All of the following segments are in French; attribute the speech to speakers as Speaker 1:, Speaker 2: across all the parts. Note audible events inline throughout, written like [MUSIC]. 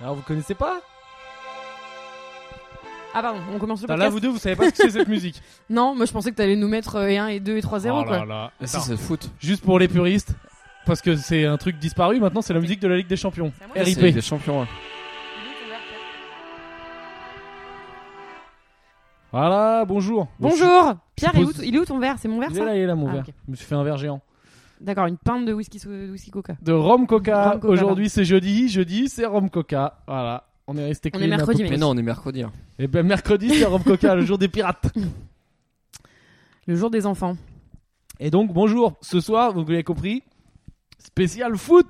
Speaker 1: Alors vous connaissez pas
Speaker 2: Ah pardon, on commence le
Speaker 1: Putain,
Speaker 2: podcast.
Speaker 1: Là vous deux vous savez pas ce que c'est cette [LAUGHS] musique.
Speaker 2: Non, moi je pensais que t'allais nous mettre 1 et 2 et 3 0
Speaker 1: Oh
Speaker 2: quoi.
Speaker 1: là là.
Speaker 3: Ah, si,
Speaker 1: Attends.
Speaker 3: c'est le foot.
Speaker 1: Juste pour les puristes, parce que c'est un truc disparu maintenant, c'est la musique de la Ligue des Champions.
Speaker 2: C'est à moi
Speaker 3: C'est
Speaker 1: RIP.
Speaker 3: des champions. hein.
Speaker 1: Voilà, bonjour.
Speaker 2: Bonjour Pierre,
Speaker 1: suppose-
Speaker 2: il, est où, il est où ton verre C'est mon verre
Speaker 1: Il est
Speaker 2: ça
Speaker 1: là, il est là mon
Speaker 2: Ah,
Speaker 1: verre.
Speaker 2: ok.
Speaker 1: Je me suis fait un verre géant.
Speaker 2: D'accord, une pinte de whisky, sous- de whisky coca.
Speaker 1: De Rome Coca.
Speaker 2: Rome Coca,
Speaker 1: Aujourd'hui c'est jeudi, jeudi c'est Rome Coca. Voilà. On est resté
Speaker 2: On est
Speaker 1: clean un
Speaker 2: mercredi,
Speaker 1: peu
Speaker 3: Mais non, on est mercredi. hein.
Speaker 1: plus. Et ben mercredi c'est Rome Coca, le jour des pirates.
Speaker 2: Le jour des enfants.
Speaker 1: Et donc bonjour. Ce soir, vous l'avez compris, spécial foot.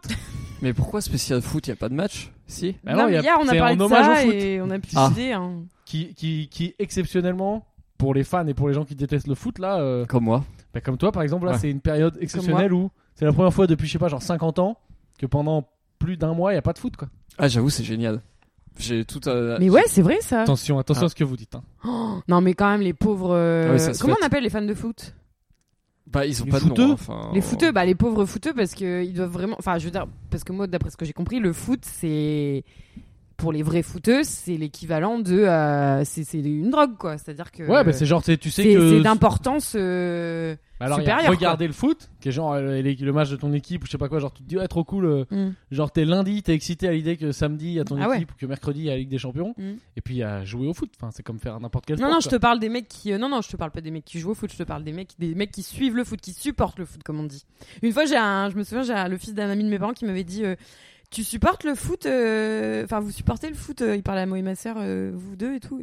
Speaker 3: Mais pourquoi spécial foot Il n'y a pas de match Si
Speaker 1: Bah
Speaker 2: non,
Speaker 1: non, il y
Speaker 2: mais
Speaker 1: a-
Speaker 2: hier on a
Speaker 1: c'est
Speaker 2: parlé
Speaker 1: en
Speaker 2: de
Speaker 1: hommage
Speaker 2: ça
Speaker 1: au foot.
Speaker 2: et on a pu
Speaker 3: Ah.
Speaker 2: décider. hein.
Speaker 1: qui, qui, qui exceptionnellement pour les fans et pour les gens qui détestent le foot là euh,
Speaker 3: Comme moi.
Speaker 1: bah, comme toi par exemple là
Speaker 3: Ouais.
Speaker 1: c'est une période exceptionnelle où c'est la première fois depuis je sais pas genre 50 ans que pendant plus d'un mois il y a pas de foot quoi
Speaker 3: Ah, j'avoue, c'est génial. J'ai tout. euh,
Speaker 2: Mais ouais, c'est vrai ça.
Speaker 1: attention attention
Speaker 3: Ah.
Speaker 1: à ce que vous dites hein.
Speaker 2: Oh, non mais quand même les pauvres. euh,
Speaker 3: Ah oui, ça se
Speaker 2: Comment
Speaker 3: fête.
Speaker 2: on appelle les fans de foot
Speaker 3: Bah, ils ont
Speaker 1: Les
Speaker 3: pas de nom.
Speaker 1: footeux
Speaker 3: hein, enfin,
Speaker 2: Les
Speaker 3: on-
Speaker 2: footeux, bah les pauvres footeux parce que ils doivent vraiment. Enfin, je veux dire, parce que moi, d'après ce que j'ai compris, le foot c'est pour les vrais footeux, c'est l'équivalent de, euh, c'est c'est une drogue quoi. C'est-à-dire que.
Speaker 1: ouais bah c'est genre t'es- tu sais
Speaker 2: c'est c'est
Speaker 1: que
Speaker 2: d'importance. euh,
Speaker 1: Bah, alors, il y a
Speaker 2: supérieur,
Speaker 1: regarder le foot qui est genre euh, les- le match de ton équipe ou je sais pas quoi genre tu te dis ouais trop cool euh,
Speaker 2: Mm.
Speaker 1: genre t'es lundi t'es excité à l'idée que samedi il y a ton
Speaker 2: Ah ouais.
Speaker 1: équipe ou que mercredi il y a la Ligue des Champions
Speaker 2: Mm.
Speaker 1: et puis à jouer au foot enfin c'est comme faire n'importe quel
Speaker 2: Non,
Speaker 1: sport,
Speaker 2: non, je
Speaker 1: quoi.
Speaker 2: te parle des mecs qui. euh, non, non, je te parle pas des mecs qui jouent au foot, je te parle des mecs, des mecs qui suivent le foot, qui supportent le foot, comme on dit. Une fois, j'ai un, je me souviens, j'ai un- le fils d'un ami de mes parents qui m'avait dit euh, Tu supportes le foot euh, Enfin, vous supportez le foot euh, Il parlait à moi et ma sœur, euh, vous deux et tout.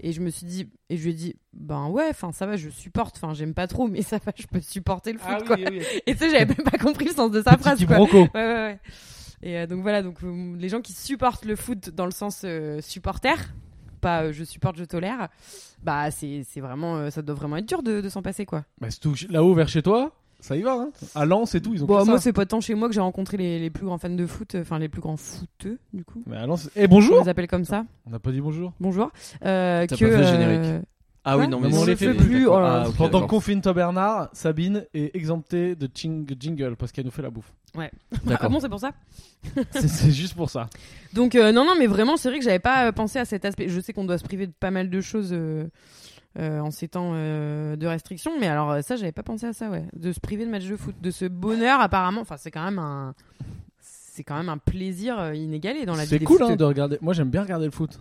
Speaker 2: Et je me suis dit, et je lui ai dit, ben ouais, enfin ça va, je supporte, enfin j'aime pas trop, mais ça va, je peux supporter le foot
Speaker 1: ah
Speaker 2: quoi.
Speaker 1: oui, oui, oui.
Speaker 2: Et tu sais, j'avais même pas compris le sens de sa
Speaker 1: Petit
Speaker 2: phrase quoi. Ouais,
Speaker 1: quiproquo.
Speaker 2: ouais, ouais. Et euh, donc voilà, donc euh, les gens qui supportent le foot dans le sens euh, supporter, pas euh, je supporte, je tolère, bah c'est c'est vraiment, euh, ça doit vraiment être dur de, de s'en passer quoi.
Speaker 1: Bah, c'est tout là-haut vers chez toi, ça y va. Hein. À Lens et tout, ils ont
Speaker 2: Bon,
Speaker 1: que
Speaker 2: moi
Speaker 1: ça.
Speaker 2: c'est pas tant chez moi que j'ai rencontré les, les plus grands fans de foot, euh, enfin les plus grands footeux du coup.
Speaker 1: Mais à Lens, eh
Speaker 2: On
Speaker 1: bonjour.
Speaker 2: les appelle comme ça.
Speaker 1: On n'a pas dit bonjour.
Speaker 2: Bonjour. Euh,
Speaker 3: T'as
Speaker 2: que,
Speaker 3: pas fait le
Speaker 2: euh,
Speaker 3: générique. Ah oui,
Speaker 2: Hein
Speaker 1: Non,
Speaker 3: non, mais
Speaker 1: mais on
Speaker 3: c'est-
Speaker 1: les fait
Speaker 3: c'est-
Speaker 2: plus, oh là là.
Speaker 3: Ah, ok,
Speaker 1: Euh, Pendant
Speaker 3: d'accord.
Speaker 1: Confine-toi Bernard, Sabine est exemptée de ching jingle parce qu'elle nous fait la
Speaker 2: [LAUGHS]
Speaker 1: bouffe.
Speaker 2: [LAUGHS] Ah
Speaker 3: D'accord.
Speaker 2: bon, c'est pour ça.
Speaker 1: c'est, c'est juste pour ça.
Speaker 2: Donc euh, non non mais vraiment c'est vrai que j'avais pas euh, pensé à cet aspect. Je sais qu'on doit se priver de pas mal de choses euh, euh, en ces temps euh, de restrictions, mais alors euh, ça j'avais pas pensé à ça ouais, de se priver de match de foot, de ce bonheur apparemment. Enfin c'est quand même un c'est quand même un plaisir euh, inégalé dans la vie.
Speaker 1: c'est
Speaker 2: des
Speaker 1: cool hein,
Speaker 2: footeux.
Speaker 1: de regarder. Moi j'aime bien regarder le foot.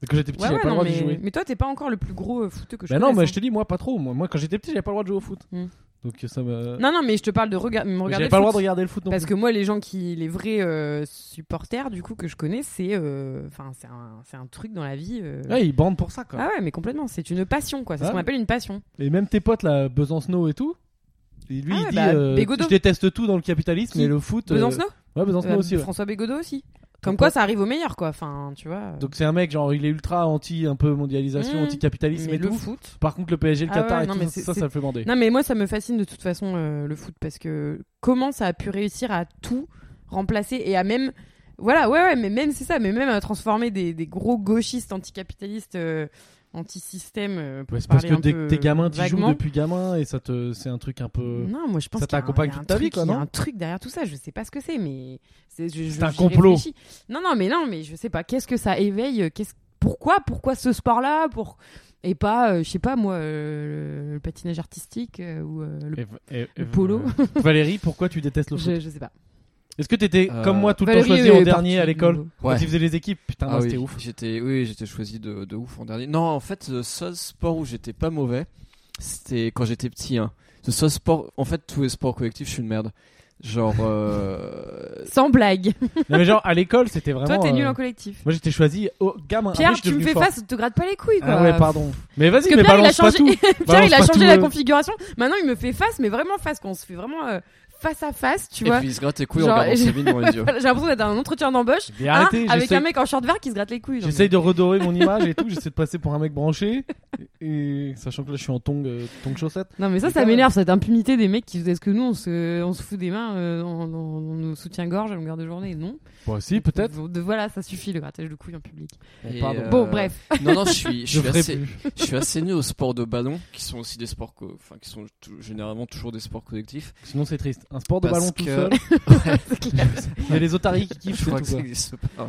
Speaker 1: Mais Quand j'étais petit,
Speaker 2: Ouais,
Speaker 1: j'avais
Speaker 2: ouais,
Speaker 1: pas le
Speaker 2: non,
Speaker 1: droit d'y
Speaker 2: mais,
Speaker 1: jouer.
Speaker 2: mais toi t'es pas encore le plus gros euh, footeux que je
Speaker 1: Bah non,
Speaker 2: connaisse,
Speaker 1: mais
Speaker 2: hein.
Speaker 1: je te dis, moi pas trop. Moi, moi, quand j'étais petit, j'avais pas le droit de jouer au foot.
Speaker 2: Hmm.
Speaker 1: Donc ça me.
Speaker 2: Non non mais je te parle de rega- me
Speaker 1: Mais
Speaker 2: regarder.
Speaker 1: j'avais
Speaker 2: le
Speaker 1: pas le droit
Speaker 2: foot.
Speaker 1: de regarder le foot non
Speaker 2: Parce
Speaker 1: plus.
Speaker 2: que moi, les gens qui, les vrais euh, supporters du coup que je connais, c'est, euh, enfin, c'est un, c'est un truc dans la vie. euh,
Speaker 1: Ouais, ils bandent pour ça quoi.
Speaker 2: Ah ouais, mais complètement. C'est une passion, quoi. C'est
Speaker 1: Ah.
Speaker 2: ce qu'on appelle une passion.
Speaker 1: Et même tes potes là, Besancenot et tout. et Lui,
Speaker 2: Ah
Speaker 1: il
Speaker 2: ouais,
Speaker 1: dit
Speaker 2: bah,
Speaker 1: euh,
Speaker 2: Bégodeau.
Speaker 1: Je déteste tout dans le capitalisme,
Speaker 2: Qui
Speaker 1: mais le foot. euh,
Speaker 2: Besancenot
Speaker 1: Ouais, Besancenot
Speaker 2: Euh,
Speaker 1: aussi. ouais.
Speaker 2: François Bégodeau aussi. Comme
Speaker 1: Donc,
Speaker 2: quoi,
Speaker 1: ouais.
Speaker 2: ça arrive au meilleur, quoi. Enfin, tu vois. euh,
Speaker 1: Donc c'est un mec genre il est ultra anti un peu mondialisation,
Speaker 2: Mmh.
Speaker 1: anti capitalisme
Speaker 2: mais
Speaker 1: et
Speaker 2: le
Speaker 1: tout.
Speaker 2: foot.
Speaker 1: Par contre le PSG, le
Speaker 2: Ah
Speaker 1: Qatar
Speaker 2: ouais,
Speaker 1: et
Speaker 2: non,
Speaker 1: tout
Speaker 2: mais
Speaker 1: ça,
Speaker 2: c'est-
Speaker 1: ça, ça
Speaker 2: c'est-
Speaker 1: le fait bander.
Speaker 2: Non, mais moi, ça me fascine de toute façon euh, le foot parce que comment ça a pu réussir à tout remplacer et à même. Voilà, ouais, ouais, mais même c'est ça, mais même à transformer des, des gros gauchistes anticapitalistes, euh, anti-système. euh, pour
Speaker 1: Ouais, c'est parce que
Speaker 2: parler un
Speaker 1: dès
Speaker 2: peu
Speaker 1: que t'es gamin, tu joues
Speaker 2: vaguement.
Speaker 1: depuis gamin et ça te c'est un truc un peu
Speaker 2: Non, moi je pense
Speaker 1: ça
Speaker 2: qu'il y a un-
Speaker 1: t'accompagne
Speaker 2: il y a
Speaker 1: toute
Speaker 2: un
Speaker 1: ta vie,
Speaker 2: truc-
Speaker 1: quoi,
Speaker 2: Il y a
Speaker 1: non
Speaker 2: un truc derrière tout ça, je sais pas ce que c'est, mais c'est je- je-
Speaker 1: C'est un
Speaker 2: j'y
Speaker 1: complot.
Speaker 2: réfléchis. Non, non, mais non, mais je sais pas. Qu'est-ce que ça éveille euh, Qu'est-ce pourquoi pourquoi ce sport-là Pour et pas, euh, je sais pas moi, euh, le, le patinage artistique euh, ou euh, le,
Speaker 1: Et- et- et-
Speaker 2: le polo.
Speaker 1: euh, Valérie, pourquoi tu détestes le foot
Speaker 2: je, je sais pas.
Speaker 1: Est-ce que t'étais
Speaker 3: Euh,
Speaker 1: comme moi tout le temps
Speaker 2: Valérie
Speaker 1: choisi
Speaker 2: est euh,
Speaker 1: en
Speaker 2: partie
Speaker 1: dernier à
Speaker 2: de
Speaker 1: l'école
Speaker 2: nouveau.
Speaker 1: quand
Speaker 3: Ouais.
Speaker 1: ils faisaient les équipes Putain,
Speaker 3: Ah
Speaker 1: moi,
Speaker 3: oui,
Speaker 1: c'était ouf.
Speaker 3: J'étais, oui, j'étais choisi de, de ouf en dernier. Non, en fait, le seul sport où j'étais pas mauvais, c'était quand j'étais petit. Hein. Le seul sport, en fait, tous les sports collectifs, je suis une merde. Genre, euh,
Speaker 2: Sans blague.
Speaker 1: Non mais genre à l'école, c'était vraiment
Speaker 2: Toi, t'es nul
Speaker 1: euh,
Speaker 2: en collectif.
Speaker 1: Moi, j'étais choisi au gamin.
Speaker 2: Pierre,
Speaker 1: Après, je suis
Speaker 2: tu me
Speaker 1: devenu
Speaker 2: fais
Speaker 1: fort.
Speaker 2: face, te gratte pas les couilles quoi.
Speaker 1: Ah ouais, pardon. Mais
Speaker 2: Parce
Speaker 1: vas-y,
Speaker 2: que
Speaker 1: mais
Speaker 2: Pierre, il a
Speaker 1: balance pas
Speaker 2: changé,
Speaker 1: tout.
Speaker 2: Pierre, il a
Speaker 1: Balance pas
Speaker 2: changé
Speaker 1: tout,
Speaker 2: la
Speaker 1: euh.
Speaker 2: configuration. Maintenant, il me fait face, mais vraiment face, qu'on se fait vraiment euh, face à face, [LAUGHS] tu
Speaker 3: et
Speaker 2: vois.
Speaker 3: puis il se gratte les couilles
Speaker 2: Genre,
Speaker 3: en regardant
Speaker 2: je-
Speaker 3: Sabine
Speaker 2: [LAUGHS]
Speaker 3: dans
Speaker 1: euh,
Speaker 3: les yeux.
Speaker 2: J'ai l'impression d'être à un entretien d'embauche.
Speaker 1: Mais
Speaker 2: Hein,
Speaker 1: arrêtez,
Speaker 2: avec
Speaker 1: j'essaie-
Speaker 2: un mec en short vert qui se gratte les couilles. genre.
Speaker 1: J'essaye de redorer mon image et tout, j'essaie de passer pour un mec branché, et, et sachant que là je suis en tong, euh, tong chaussette.
Speaker 2: Non, mais ça,
Speaker 1: Mais
Speaker 2: ça
Speaker 1: quand
Speaker 2: m'énerve, cette impunité des mecs qui faisaient ce que nous, on se, on se fout des mains, euh, on, on- on nous soutient-gorge à longueur de journée. Non.
Speaker 1: Bon, si, peut-être.
Speaker 2: De- voilà, ça suffit le grattage de couilles en public.
Speaker 3: Et,
Speaker 1: Pardon.
Speaker 3: euh,
Speaker 2: Bon, bref.
Speaker 3: Non, non, je suis, je
Speaker 1: Je
Speaker 3: suis
Speaker 1: ferai
Speaker 3: assez,
Speaker 1: plus.
Speaker 3: je suis assez nul aux sports de ballon, qui sont aussi des sports, co- enfin, qui sont tout- généralement toujours des sports collectifs.
Speaker 1: Sinon, c'est triste. Un sport de
Speaker 3: Parce
Speaker 1: ballon tout
Speaker 3: que- [LAUGHS]
Speaker 1: seul.
Speaker 3: Ouais.
Speaker 1: Il y a les otaries qui kiffent,
Speaker 3: je crois que
Speaker 1: c'est
Speaker 3: ça
Speaker 1: tout, quoi.
Speaker 3: existe pas. ouais.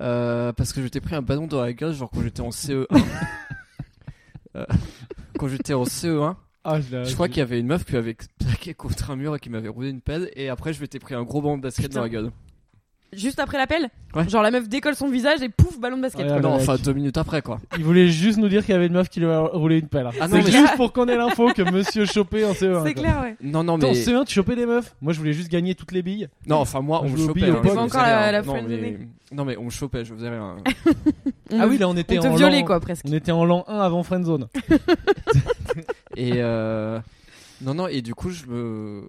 Speaker 3: Euh, parce que je t'ai pris un ballon dans la gueule, genre quand j'étais en CE1. Euh, quand j'étais en CE1,
Speaker 1: Ah, je, l'ai-
Speaker 3: je crois
Speaker 1: je-
Speaker 3: qu'il y avait une meuf qui m'avait plaqué contre un mur et qui m'avait roulé une pelle. Et après, je m'étais pris un gros ballon de basket
Speaker 2: Putain.
Speaker 3: dans la gueule.
Speaker 2: Juste après l'appel
Speaker 3: Ouais.
Speaker 2: Genre la meuf décolle son visage et pouf, ballon de basket.
Speaker 1: Ouais, Ah, le
Speaker 3: non,
Speaker 1: mec.
Speaker 3: enfin deux minutes après quoi.
Speaker 1: Il voulait juste nous dire qu'il y avait une meuf qui lui a roulé une pelle.
Speaker 3: Ah non,
Speaker 1: c'est
Speaker 3: mais-
Speaker 1: juste pour qu'on ait l'info que monsieur chopait en CE1.
Speaker 2: C'est
Speaker 1: quoi.
Speaker 2: clair, ouais.
Speaker 3: Non, non,
Speaker 1: Attends, E
Speaker 3: mais.
Speaker 1: CE1, tu chopais des meufs Moi, je voulais juste gagner toutes les billes.
Speaker 3: Non, enfin moi,
Speaker 1: On
Speaker 3: on me
Speaker 1: joue au
Speaker 3: chopait.
Speaker 1: billet au
Speaker 3: hein,
Speaker 1: ping-pong.
Speaker 3: je
Speaker 2: Encore
Speaker 3: faisais
Speaker 2: la-
Speaker 3: rien.
Speaker 2: la
Speaker 3: non,
Speaker 2: friendzone.
Speaker 3: mais... non, mais on me chopait, je faisais rien. Mmh.
Speaker 1: Ah oui, là, on était
Speaker 2: On te
Speaker 1: en
Speaker 2: violait
Speaker 1: l'an-
Speaker 2: quoi presque.
Speaker 1: On était en l'an 1 avant Friendzone.
Speaker 3: Et euh, non, non, et du coup, je me.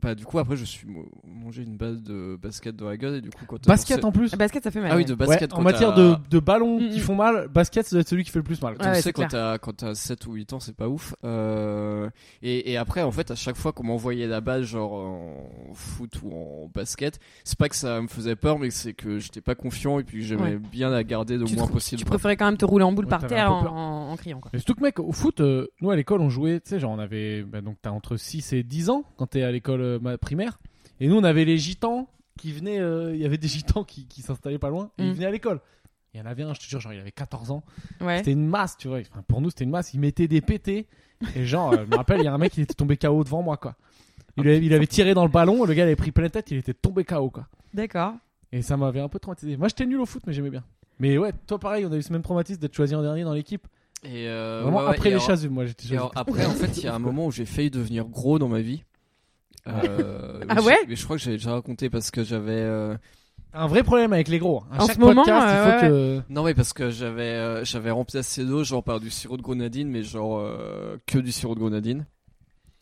Speaker 3: Bah, du coup, après, je suis mo- mangé une base de basket dans la gueule, et du coup, quand t'as
Speaker 1: Basket
Speaker 3: pensé-
Speaker 1: en plus
Speaker 2: Basket ça fait mal.
Speaker 3: Ah oui,
Speaker 2: ouais.
Speaker 3: de basket Mmh,
Speaker 1: Ouais,
Speaker 3: quand
Speaker 1: en matière
Speaker 3: t'as-
Speaker 1: de, de ballons
Speaker 2: Mm,
Speaker 1: qui
Speaker 2: mm.
Speaker 1: font mal, basket, ça doit être celui qui fait le plus mal.
Speaker 3: Tu
Speaker 2: Ouais, c'est
Speaker 3: sais, quand
Speaker 2: clair.
Speaker 3: t'as, quand t'as 7 ou 8 ans, c'est pas ouf. Euh, et, et après, en fait, à chaque fois qu'on m'envoyait la balle, genre en foot ou en basket, c'est pas que ça me faisait peur, mais c'est que j'étais pas confiant et puis j'aimais
Speaker 2: Ouais.
Speaker 3: bien la garder le
Speaker 2: Tu
Speaker 3: moins
Speaker 2: te-
Speaker 3: possible.
Speaker 2: Tu préférais quand même te rouler en boule
Speaker 1: Ouais,
Speaker 2: par
Speaker 1: t'avais
Speaker 2: terre
Speaker 1: un peu
Speaker 2: en,
Speaker 1: peur.
Speaker 2: en- en criant quoi.
Speaker 1: Mais surtout que, mec, au foot, euh, nous à l'école, on jouait, tu sais, genre on avait. bah, donc t'as entre 6 et 10 ans quand t'es à l'école euh, ma- primaire. Et nous, on avait les gitans qui venaient. euh, Il y avait des gitans qui, qui s'installaient pas loin et
Speaker 2: Mm.
Speaker 1: ils venaient à l'école. Il y en avait un, je te jure, genre il avait 14 ans.
Speaker 2: Ouais.
Speaker 1: C'était une masse, tu vois. Enfin, pour nous, c'était une masse. Il mettait des pétés. Et genre, euh, je me rappelle, il y a un mec, il était tombé KO devant moi, quoi.
Speaker 2: Ah,
Speaker 1: Il avait, il avait tiré dans le ballon, le gars, il avait pris plein la tête, il était tombé KO, quoi.
Speaker 2: D'accord.
Speaker 1: Et ça m'avait un peu traumatisé. Moi, j'étais nul au foot, mais j'aimais bien. Mais ouais, toi, pareil, on a eu ce même traumatisme d'être choisi en dernier dans l'équipe.
Speaker 3: Et euh,
Speaker 1: Vraiment
Speaker 3: ouais, ouais,
Speaker 1: après
Speaker 3: et
Speaker 1: les
Speaker 3: alors-
Speaker 1: chasubles, moi, j'étais
Speaker 3: Et
Speaker 1: choisi.
Speaker 3: alors, après, en fait, il
Speaker 2: [LAUGHS]
Speaker 3: y a un moment où j'ai failli devenir gros dans ma vie. Euh,
Speaker 2: Ah
Speaker 3: mais je-
Speaker 2: ouais
Speaker 3: Mais je crois que j'avais déjà raconté parce que j'avais. euh,
Speaker 1: Un vrai problème avec les gros. À
Speaker 2: En
Speaker 1: chaque
Speaker 2: ce moment, euh,
Speaker 1: podcast, il faut que.
Speaker 3: Non, mais parce que j'avais euh, j'avais remplacé l'eau genre par du sirop de grenadine, mais genre euh, que du sirop de grenadine.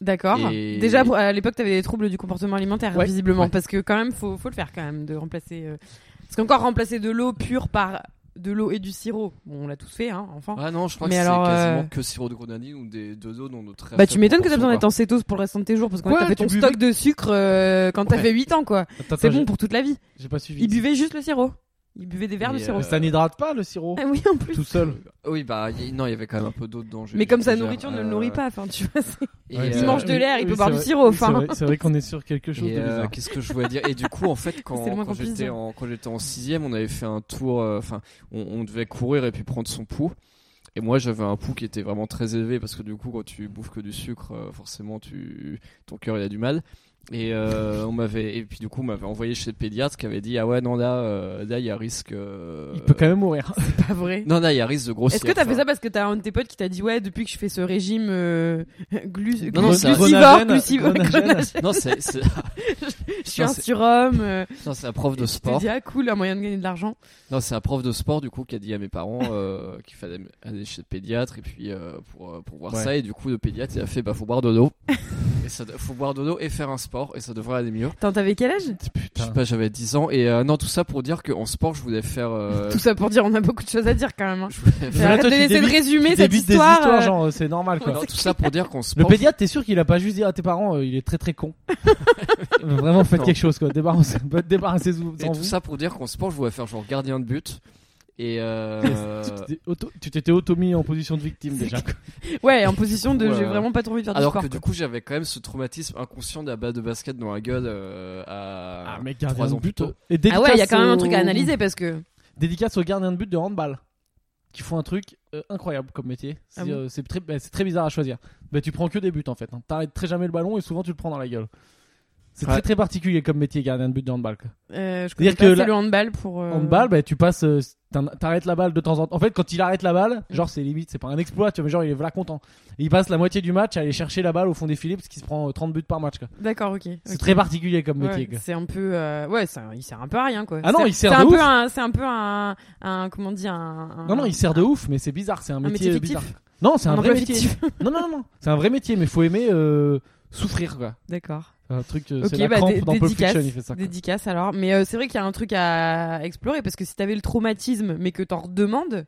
Speaker 2: D'accord.
Speaker 3: Et-
Speaker 2: Déjà pour- à l'époque t'avais des troubles du comportement alimentaire
Speaker 1: Ouais.
Speaker 2: visiblement
Speaker 3: Ouais.
Speaker 2: parce que quand même faut faut le faire quand même de remplacer euh, parce qu'encore remplacer de l'eau pure par de l'eau et du sirop. Bon, on l'a tous fait hein, enfant.
Speaker 3: Ah non, je crois
Speaker 2: Mais
Speaker 3: que c'est
Speaker 2: alors,
Speaker 3: quasiment
Speaker 2: euh,
Speaker 3: que sirop de grenadine ou des deux eaux dont notre.
Speaker 2: Bah tu m'étonnes que t'as besoin d'être en cétose pour le restant de tes jours parce que
Speaker 1: Ouais,
Speaker 2: t'as fait
Speaker 1: tu
Speaker 2: ton
Speaker 1: buvais-
Speaker 2: stock de sucre euh, quand t'avais
Speaker 3: Ouais.
Speaker 2: 8 ans quoi.
Speaker 1: Attends,
Speaker 2: C'est
Speaker 1: attends,
Speaker 2: bon
Speaker 1: j'ai-
Speaker 2: pour toute la vie.
Speaker 1: J'ai pas suivi.
Speaker 2: Il buvait juste le sirop. Il buvait des verres de
Speaker 3: Et,
Speaker 2: sirop.
Speaker 3: euh,
Speaker 1: Ça n'hydrate pas le sirop
Speaker 2: [LAUGHS] Ah oui en plus.
Speaker 1: tout seul.
Speaker 3: Oui, bah y- non, il y avait quand même un peu d'eau dedans. j'ai-
Speaker 2: Mais comme sa
Speaker 3: j'ai-
Speaker 2: nourriture ne le
Speaker 3: euh,
Speaker 2: nourrit pas, enfin tu vois. c'est-
Speaker 3: et, euh,
Speaker 1: Ouais,
Speaker 2: Il
Speaker 1: c'est
Speaker 2: mange
Speaker 1: vrai.
Speaker 2: de l'air,
Speaker 1: euh,
Speaker 2: il
Speaker 1: Oui,
Speaker 2: peut
Speaker 1: oui,
Speaker 2: boire
Speaker 1: c'est
Speaker 2: du
Speaker 1: vrai.
Speaker 2: sirop,
Speaker 1: Oui, c'est
Speaker 2: enfin.
Speaker 1: vrai- C'est vrai qu'on est sur quelque chose
Speaker 3: Et,
Speaker 1: de
Speaker 3: euh,
Speaker 1: bizarre.
Speaker 3: Qu'est-ce que je voulais dire Et du coup, en fait, quand,
Speaker 2: [LAUGHS] C'est le moins
Speaker 3: quand
Speaker 2: qu'on puisse
Speaker 3: j'étais
Speaker 2: dire.
Speaker 3: en quand j'étais en sixième, on avait fait un tour. euh, Enfin, on, on devait courir et puis prendre son pouls. Et moi, j'avais un pouls qui était vraiment très élevé parce que du coup, quand tu bouffes que du sucre, euh, forcément, tu ton cœur il a du mal. Et euh, on m'avait et puis du coup, on m'avait envoyé chez le pédiatre qui avait dit ah ouais non là euh, là il y a risque. euh,
Speaker 1: Il peut quand même mourir. [LAUGHS]
Speaker 2: C'est pas vrai.
Speaker 3: Non là il y a risque de grossir.
Speaker 2: Est-ce que t'as fait
Speaker 3: Enfin,
Speaker 2: ça parce que t'as un de tes potes qui t'a dit ouais depuis que je fais ce régime euh, [LAUGHS] glu-
Speaker 3: Non, non,
Speaker 2: glu-
Speaker 3: c'est
Speaker 2: glucivore,
Speaker 3: un-
Speaker 1: Grenagène,
Speaker 2: gluci- ouais, [LAUGHS]
Speaker 1: grenagène.
Speaker 2: grenagène.
Speaker 3: Non c'est c'est
Speaker 2: [LAUGHS] je suis
Speaker 3: Non,
Speaker 2: un
Speaker 3: c'est-
Speaker 2: surhomme. euh,
Speaker 3: non, c'est un prof de
Speaker 2: et tu t'es
Speaker 3: sport.
Speaker 2: dit ah cool un moyen de gagner de l'argent.
Speaker 3: Non, c'est un prof de sport du coup qui a dit à mes parents euh, [LAUGHS] qu'il fallait m- aller chez le pédiatre et puis euh, pour, euh, pour voir
Speaker 1: Ouais.
Speaker 3: ça et du coup le pédiatre il a fait bah faut boire
Speaker 1: [LAUGHS]
Speaker 3: de l'eau et ça de- faut boire de l'eau et faire un sport et ça devrait aller mieux.
Speaker 2: Attends t'avais quel âge
Speaker 3: Je sais
Speaker 1: Putain.
Speaker 3: pas j'avais 10 ans et euh, non tout ça pour dire qu'en sport je voulais
Speaker 1: [LAUGHS]
Speaker 3: faire euh,
Speaker 2: Tout ça pour dire on a beaucoup de choses à dire quand même. hein.
Speaker 3: je voulais
Speaker 2: Mais
Speaker 1: Là, [LAUGHS]
Speaker 3: faire-
Speaker 2: Arrête
Speaker 1: toi,
Speaker 2: de
Speaker 1: tu
Speaker 2: laisser de
Speaker 1: débites- Tu
Speaker 2: résumer cette
Speaker 1: débites des
Speaker 2: histoire.
Speaker 1: histoires,
Speaker 2: euh,
Speaker 1: genre, euh, c'est normal quoi.
Speaker 3: Non, tout ça pour dire qu'en
Speaker 1: Le
Speaker 3: sport
Speaker 1: pédiatre, t'es sûr qu'il a pas juste dit à tes parents, euh, il est très très
Speaker 2: [LAUGHS]
Speaker 1: con. Euh, Vraiment, faites
Speaker 3: Non.
Speaker 1: quelque chose quoi. [LAUGHS] Débarrassez- Débarrassez-vous.
Speaker 3: et
Speaker 1: en
Speaker 3: tout
Speaker 1: vous.
Speaker 3: ça pour dire qu'en sport je voulais faire genre gardien de but et
Speaker 1: [LAUGHS]
Speaker 3: euh,
Speaker 1: Tu t'étais auto- tu t'étais auto mis en position de victime déjà. quoi.
Speaker 2: Ouais en position de
Speaker 3: Ouais.
Speaker 2: j'ai vraiment pas trop envie de faire du
Speaker 3: alors
Speaker 2: sport.
Speaker 3: que du coup j'avais quand même ce traumatisme inconscient de la balle de basket dans la gueule euh, à
Speaker 1: Ah, mec,
Speaker 3: trois
Speaker 1: gardien de
Speaker 3: ans plus
Speaker 1: but.
Speaker 3: tôt.
Speaker 1: Et
Speaker 2: Ah ouais il y a
Speaker 1: dédicace
Speaker 2: quand même un truc à
Speaker 1: au-
Speaker 2: analyser parce que euh,
Speaker 1: Dédicace aux gardiens de but de handball qui font un truc euh, incroyable comme métier. C'est
Speaker 2: Ah bon
Speaker 1: euh, c'est très, bah, c'est très bizarre à choisir. Bah, tu prends que des buts en fait. hein. T'arrêtes très jamais le ballon et souvent tu le prends dans la gueule. C'est
Speaker 3: Ouais.
Speaker 1: très très particulier comme métier gardien de but de handball. quoi.
Speaker 2: euh, je
Speaker 1: C'est-à-dire
Speaker 2: connais
Speaker 1: que
Speaker 2: pas assez
Speaker 1: la-
Speaker 2: le handball pour. euh,
Speaker 1: Handball, bah, tu passes, euh, t'en- t'arrêtes la balle de temps en temps. En fait, quand il arrête la balle,
Speaker 2: Mm.
Speaker 1: genre c'est limite, c'est pas un exploit, tu vois, mais genre il est voilà content. Et il passe la moitié du match à aller chercher la balle au fond des filets parce qu'il se prend euh, 30 buts par match. quoi.
Speaker 2: D'accord ok.
Speaker 1: C'est
Speaker 2: ok.
Speaker 1: très particulier comme
Speaker 2: Ouais,
Speaker 1: métier. quoi.
Speaker 2: c'est un peu euh, ouais, ça, il sert un peu à rien quoi.
Speaker 1: Ah non,
Speaker 2: C'est-
Speaker 1: il sert
Speaker 2: c'est
Speaker 1: de
Speaker 2: un
Speaker 1: ouf.
Speaker 2: peu un c'est un peu un, un comment dire un, un-
Speaker 1: Non, non, il sert de ouf, mais c'est bizarre, c'est un
Speaker 2: un
Speaker 1: métier,
Speaker 2: métier
Speaker 1: euh,
Speaker 2: fictif.
Speaker 1: bizarre. Non, c'est un,
Speaker 2: un
Speaker 1: vrai
Speaker 2: emploi
Speaker 1: métier.
Speaker 2: fictif.
Speaker 1: Non, non, non, non. c'est un vrai métier, mais faut aimer euh, souffrir quoi.
Speaker 2: [LAUGHS] D'accord.
Speaker 1: C'est Un truc, euh,
Speaker 2: Ok,
Speaker 1: c'est la
Speaker 2: bah,
Speaker 1: crampe
Speaker 2: dé-
Speaker 1: dans Pulp
Speaker 2: dédicace,
Speaker 1: Fiction, il fait ça. quoi.
Speaker 2: Dédicace alors, mais euh, c'est vrai qu'il y a un truc à explorer parce que si t'avais le traumatisme mais que t'en redemandes,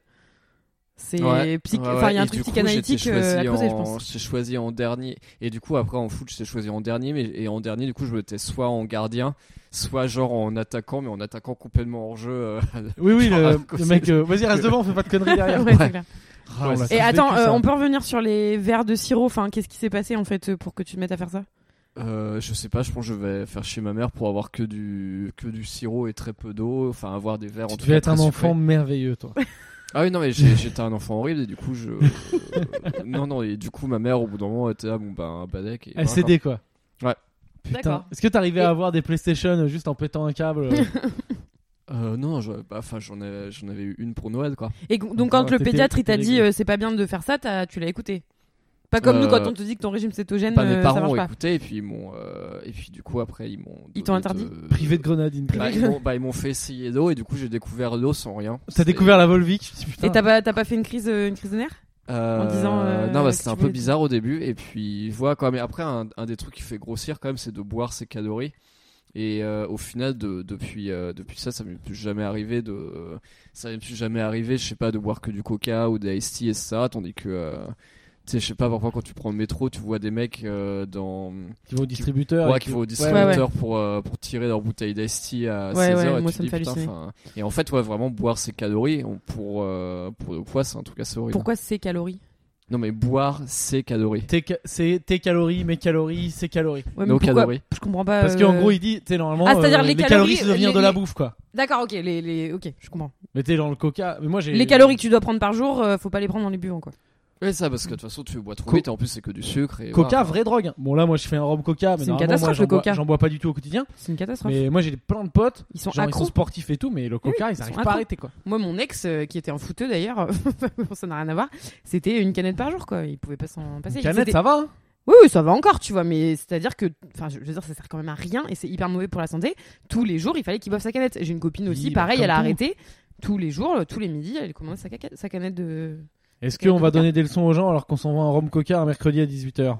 Speaker 2: c'est
Speaker 3: Ouais,
Speaker 2: psych-
Speaker 3: ouais,
Speaker 2: enfin il y a
Speaker 3: ouais.
Speaker 2: un
Speaker 3: Et
Speaker 2: truc
Speaker 3: du coup,
Speaker 2: psychanalytique
Speaker 3: j'étais
Speaker 2: euh, à
Speaker 3: choisi
Speaker 2: poser je
Speaker 3: en-
Speaker 2: pense.
Speaker 3: j'étais choisi en dernier. Et du coup, après, en foot, j'étais choisi en dernier. Mais, et en dernier, du coup, je m'étais soit en gardien, soit genre en attaquant, mais en attaquant complètement en jeu. euh. [LAUGHS]
Speaker 1: Oui, oui, le,
Speaker 3: Genre,
Speaker 1: le mec, euh, vas-y,
Speaker 2: [LAUGHS]
Speaker 1: reste devant, fais pas de conneries [LAUGHS] derrière.
Speaker 2: Oh, Ouais, c'est clair.
Speaker 1: Ah, on l'a tous
Speaker 2: Et
Speaker 1: vécu,
Speaker 2: attends, euh,
Speaker 1: ça.
Speaker 2: on peut revenir sur les verres de sirop. Enfin, qu'est-ce qui s'est passé en fait euh, pour que tu te mettes à faire ça
Speaker 3: Euh, je sais pas, je pense que je vais faire chez ma mère pour avoir que du, que du sirop et très peu d'eau, enfin avoir des verres en
Speaker 1: Tu
Speaker 3: tout
Speaker 1: devais
Speaker 3: cas
Speaker 1: être un
Speaker 3: très
Speaker 1: enfant
Speaker 3: sucrés.
Speaker 1: merveilleux, toi.
Speaker 3: Ah oui, non,
Speaker 1: [LAUGHS]
Speaker 3: mais j'ai- j'étais un enfant horrible et du coup, je. euh, non, non, et du coup, ma mère au bout d'un moment était ah bon, ben un badec. Et voilà,
Speaker 1: LCD, quoi.
Speaker 3: Ouais.
Speaker 1: Putain.
Speaker 2: D'accord.
Speaker 1: Est-ce que t'arrivais
Speaker 2: Et-
Speaker 1: à avoir des PlayStation euh, juste en pétant un câble
Speaker 2: [LAUGHS]
Speaker 1: euh,
Speaker 3: quoi. Euh, non, je- bah, enfin, j'en ai- j'en avais eu une pour Noël, quoi.
Speaker 2: Et go-
Speaker 1: Ouais,
Speaker 2: donc, quand le
Speaker 1: t'étais-
Speaker 2: pédiatre il t'a
Speaker 1: t'étais
Speaker 2: dit
Speaker 1: réglé.
Speaker 2: euh, c'est pas bien de faire ça, t'as- tu l'as écouté. Pas comme nous
Speaker 3: Euh,
Speaker 2: quand on te dit que ton régime cétogène
Speaker 3: Pas
Speaker 2: euh,
Speaker 3: mes
Speaker 2: ça
Speaker 3: parents
Speaker 2: marche
Speaker 3: ont
Speaker 2: pas.
Speaker 3: écouté et puis ils m'ont. euh, et puis du coup, après, ils m'ont.
Speaker 2: Ils t'ont
Speaker 3: donné
Speaker 2: interdit
Speaker 3: de-
Speaker 1: Privé de grenadine. quoi.
Speaker 3: Bah, ils m'ont- bah, ils m'ont fait essayer d'eau et du coup, j'ai découvert l'eau sans rien.
Speaker 1: T'as découvert la Volvic je me suis dit, putain.
Speaker 2: Et t'as pas, t'as pas fait une crise, euh, une crise de nerfs
Speaker 3: Euh,
Speaker 2: En disant, euh,
Speaker 3: non, bah,
Speaker 2: que
Speaker 3: c'était
Speaker 2: tu
Speaker 3: un peu
Speaker 2: voulais-
Speaker 3: bizarre au début. Et puis, voilà quoi. Mais après, un, un des trucs qui fait grossir quand même, c'est de boire ses calories. Et euh, au final, de- depuis, euh, depuis ça, ça m'est plus jamais arrivé de. ça m'est plus jamais arrivé, je sais pas, de boire que du coca ou des iced tea et ça. Tandis que. euh, tu sais, je sais pas, parfois quand tu prends le métro, tu vois des mecs euh, dans.
Speaker 1: Qui vont au distributeur.
Speaker 3: Ouais,
Speaker 1: et
Speaker 3: qui vont au
Speaker 2: ouais.
Speaker 3: distributeur pour, euh, pour tirer leur bouteille d'Esti à
Speaker 2: Ouais,
Speaker 3: 16h.
Speaker 2: ouais,
Speaker 3: et,
Speaker 2: moi,
Speaker 3: tu
Speaker 2: ça me
Speaker 3: dis,
Speaker 2: fait
Speaker 3: putain,
Speaker 2: halluciner.
Speaker 3: enfin, et en fait, ouais, vraiment, boire ses calories on- pour, euh, pour le poids, c'est un truc assez horrible.
Speaker 2: Pourquoi c'est calories
Speaker 3: non, mais boire ses calories.
Speaker 1: Tes ca- C'est tes calories, mes calories, ses calories.
Speaker 2: Ouais, mais
Speaker 3: Nos
Speaker 2: pourquoi
Speaker 3: calories.
Speaker 2: Je comprends pas.
Speaker 1: Parce
Speaker 2: euh,
Speaker 1: qu'en gros, il dit, t'es normalement.
Speaker 2: Ah, c'est-à-dire
Speaker 1: euh,
Speaker 2: les
Speaker 1: les calories,
Speaker 2: calories,
Speaker 1: ça devient
Speaker 2: les-
Speaker 1: de la
Speaker 2: les-
Speaker 1: bouffe, quoi.
Speaker 2: D'accord, ok, les, les, ok, je comprends.
Speaker 1: Mais t'es dans le coca. Mais moi, j'ai.
Speaker 2: Les calories que tu dois prendre par jour, euh, faut pas les prendre en les buvant quoi.
Speaker 3: Ouais, ça, parce que de toute façon, tu bois trop
Speaker 1: Co-
Speaker 3: vite, et en plus, c'est que du sucre. Et
Speaker 1: Coca,
Speaker 3: voilà.
Speaker 1: vraie drogue. Bon, là, moi, je fais un rhum coca, mais
Speaker 2: C'est une
Speaker 1: normalement, moi,
Speaker 2: catastrophe,
Speaker 1: j'en
Speaker 2: le
Speaker 1: bois-
Speaker 2: coca.
Speaker 1: J'en bois pas du tout au quotidien.
Speaker 2: C'est une catastrophe.
Speaker 1: Mais moi, j'ai plein de potes.
Speaker 2: Ils sont
Speaker 1: Genre, ils sont
Speaker 2: accros.
Speaker 1: sportifs et tout, mais le coca,
Speaker 2: Oui,
Speaker 1: ils
Speaker 2: ils
Speaker 1: arrivent
Speaker 2: sont
Speaker 1: pas à
Speaker 2: accros.
Speaker 1: arrêter, quoi.
Speaker 2: Moi, mon ex, euh, qui était un fouteux d'ailleurs, [LAUGHS] ça n'a rien à voir, c'était une canette par jour, quoi. Il pouvait pas s'en passer.
Speaker 1: Une
Speaker 2: Il-
Speaker 1: canette,
Speaker 2: c'était-
Speaker 1: ça va, hein
Speaker 2: Oui, oui, ça va encore, tu vois, mais c'est-à-dire que, enfin, je je veux dire, ça sert quand même à rien et c'est hyper mauvais pour la santé. Tous les jours, il fallait qu'il boive sa canette. J'ai une copine aussi,
Speaker 1: Oui, bah,
Speaker 2: pareil,
Speaker 1: comme
Speaker 2: elle a
Speaker 1: tout.
Speaker 2: arrêté. Tous les jours, euh, tous les midis, elle commandait sa, caca- sa canette de.
Speaker 1: Est-ce
Speaker 2: Il y a
Speaker 1: qu'on va
Speaker 2: Coca.
Speaker 1: donner des leçons aux gens alors qu'on s'envoie un rhum coca un mercredi à 18h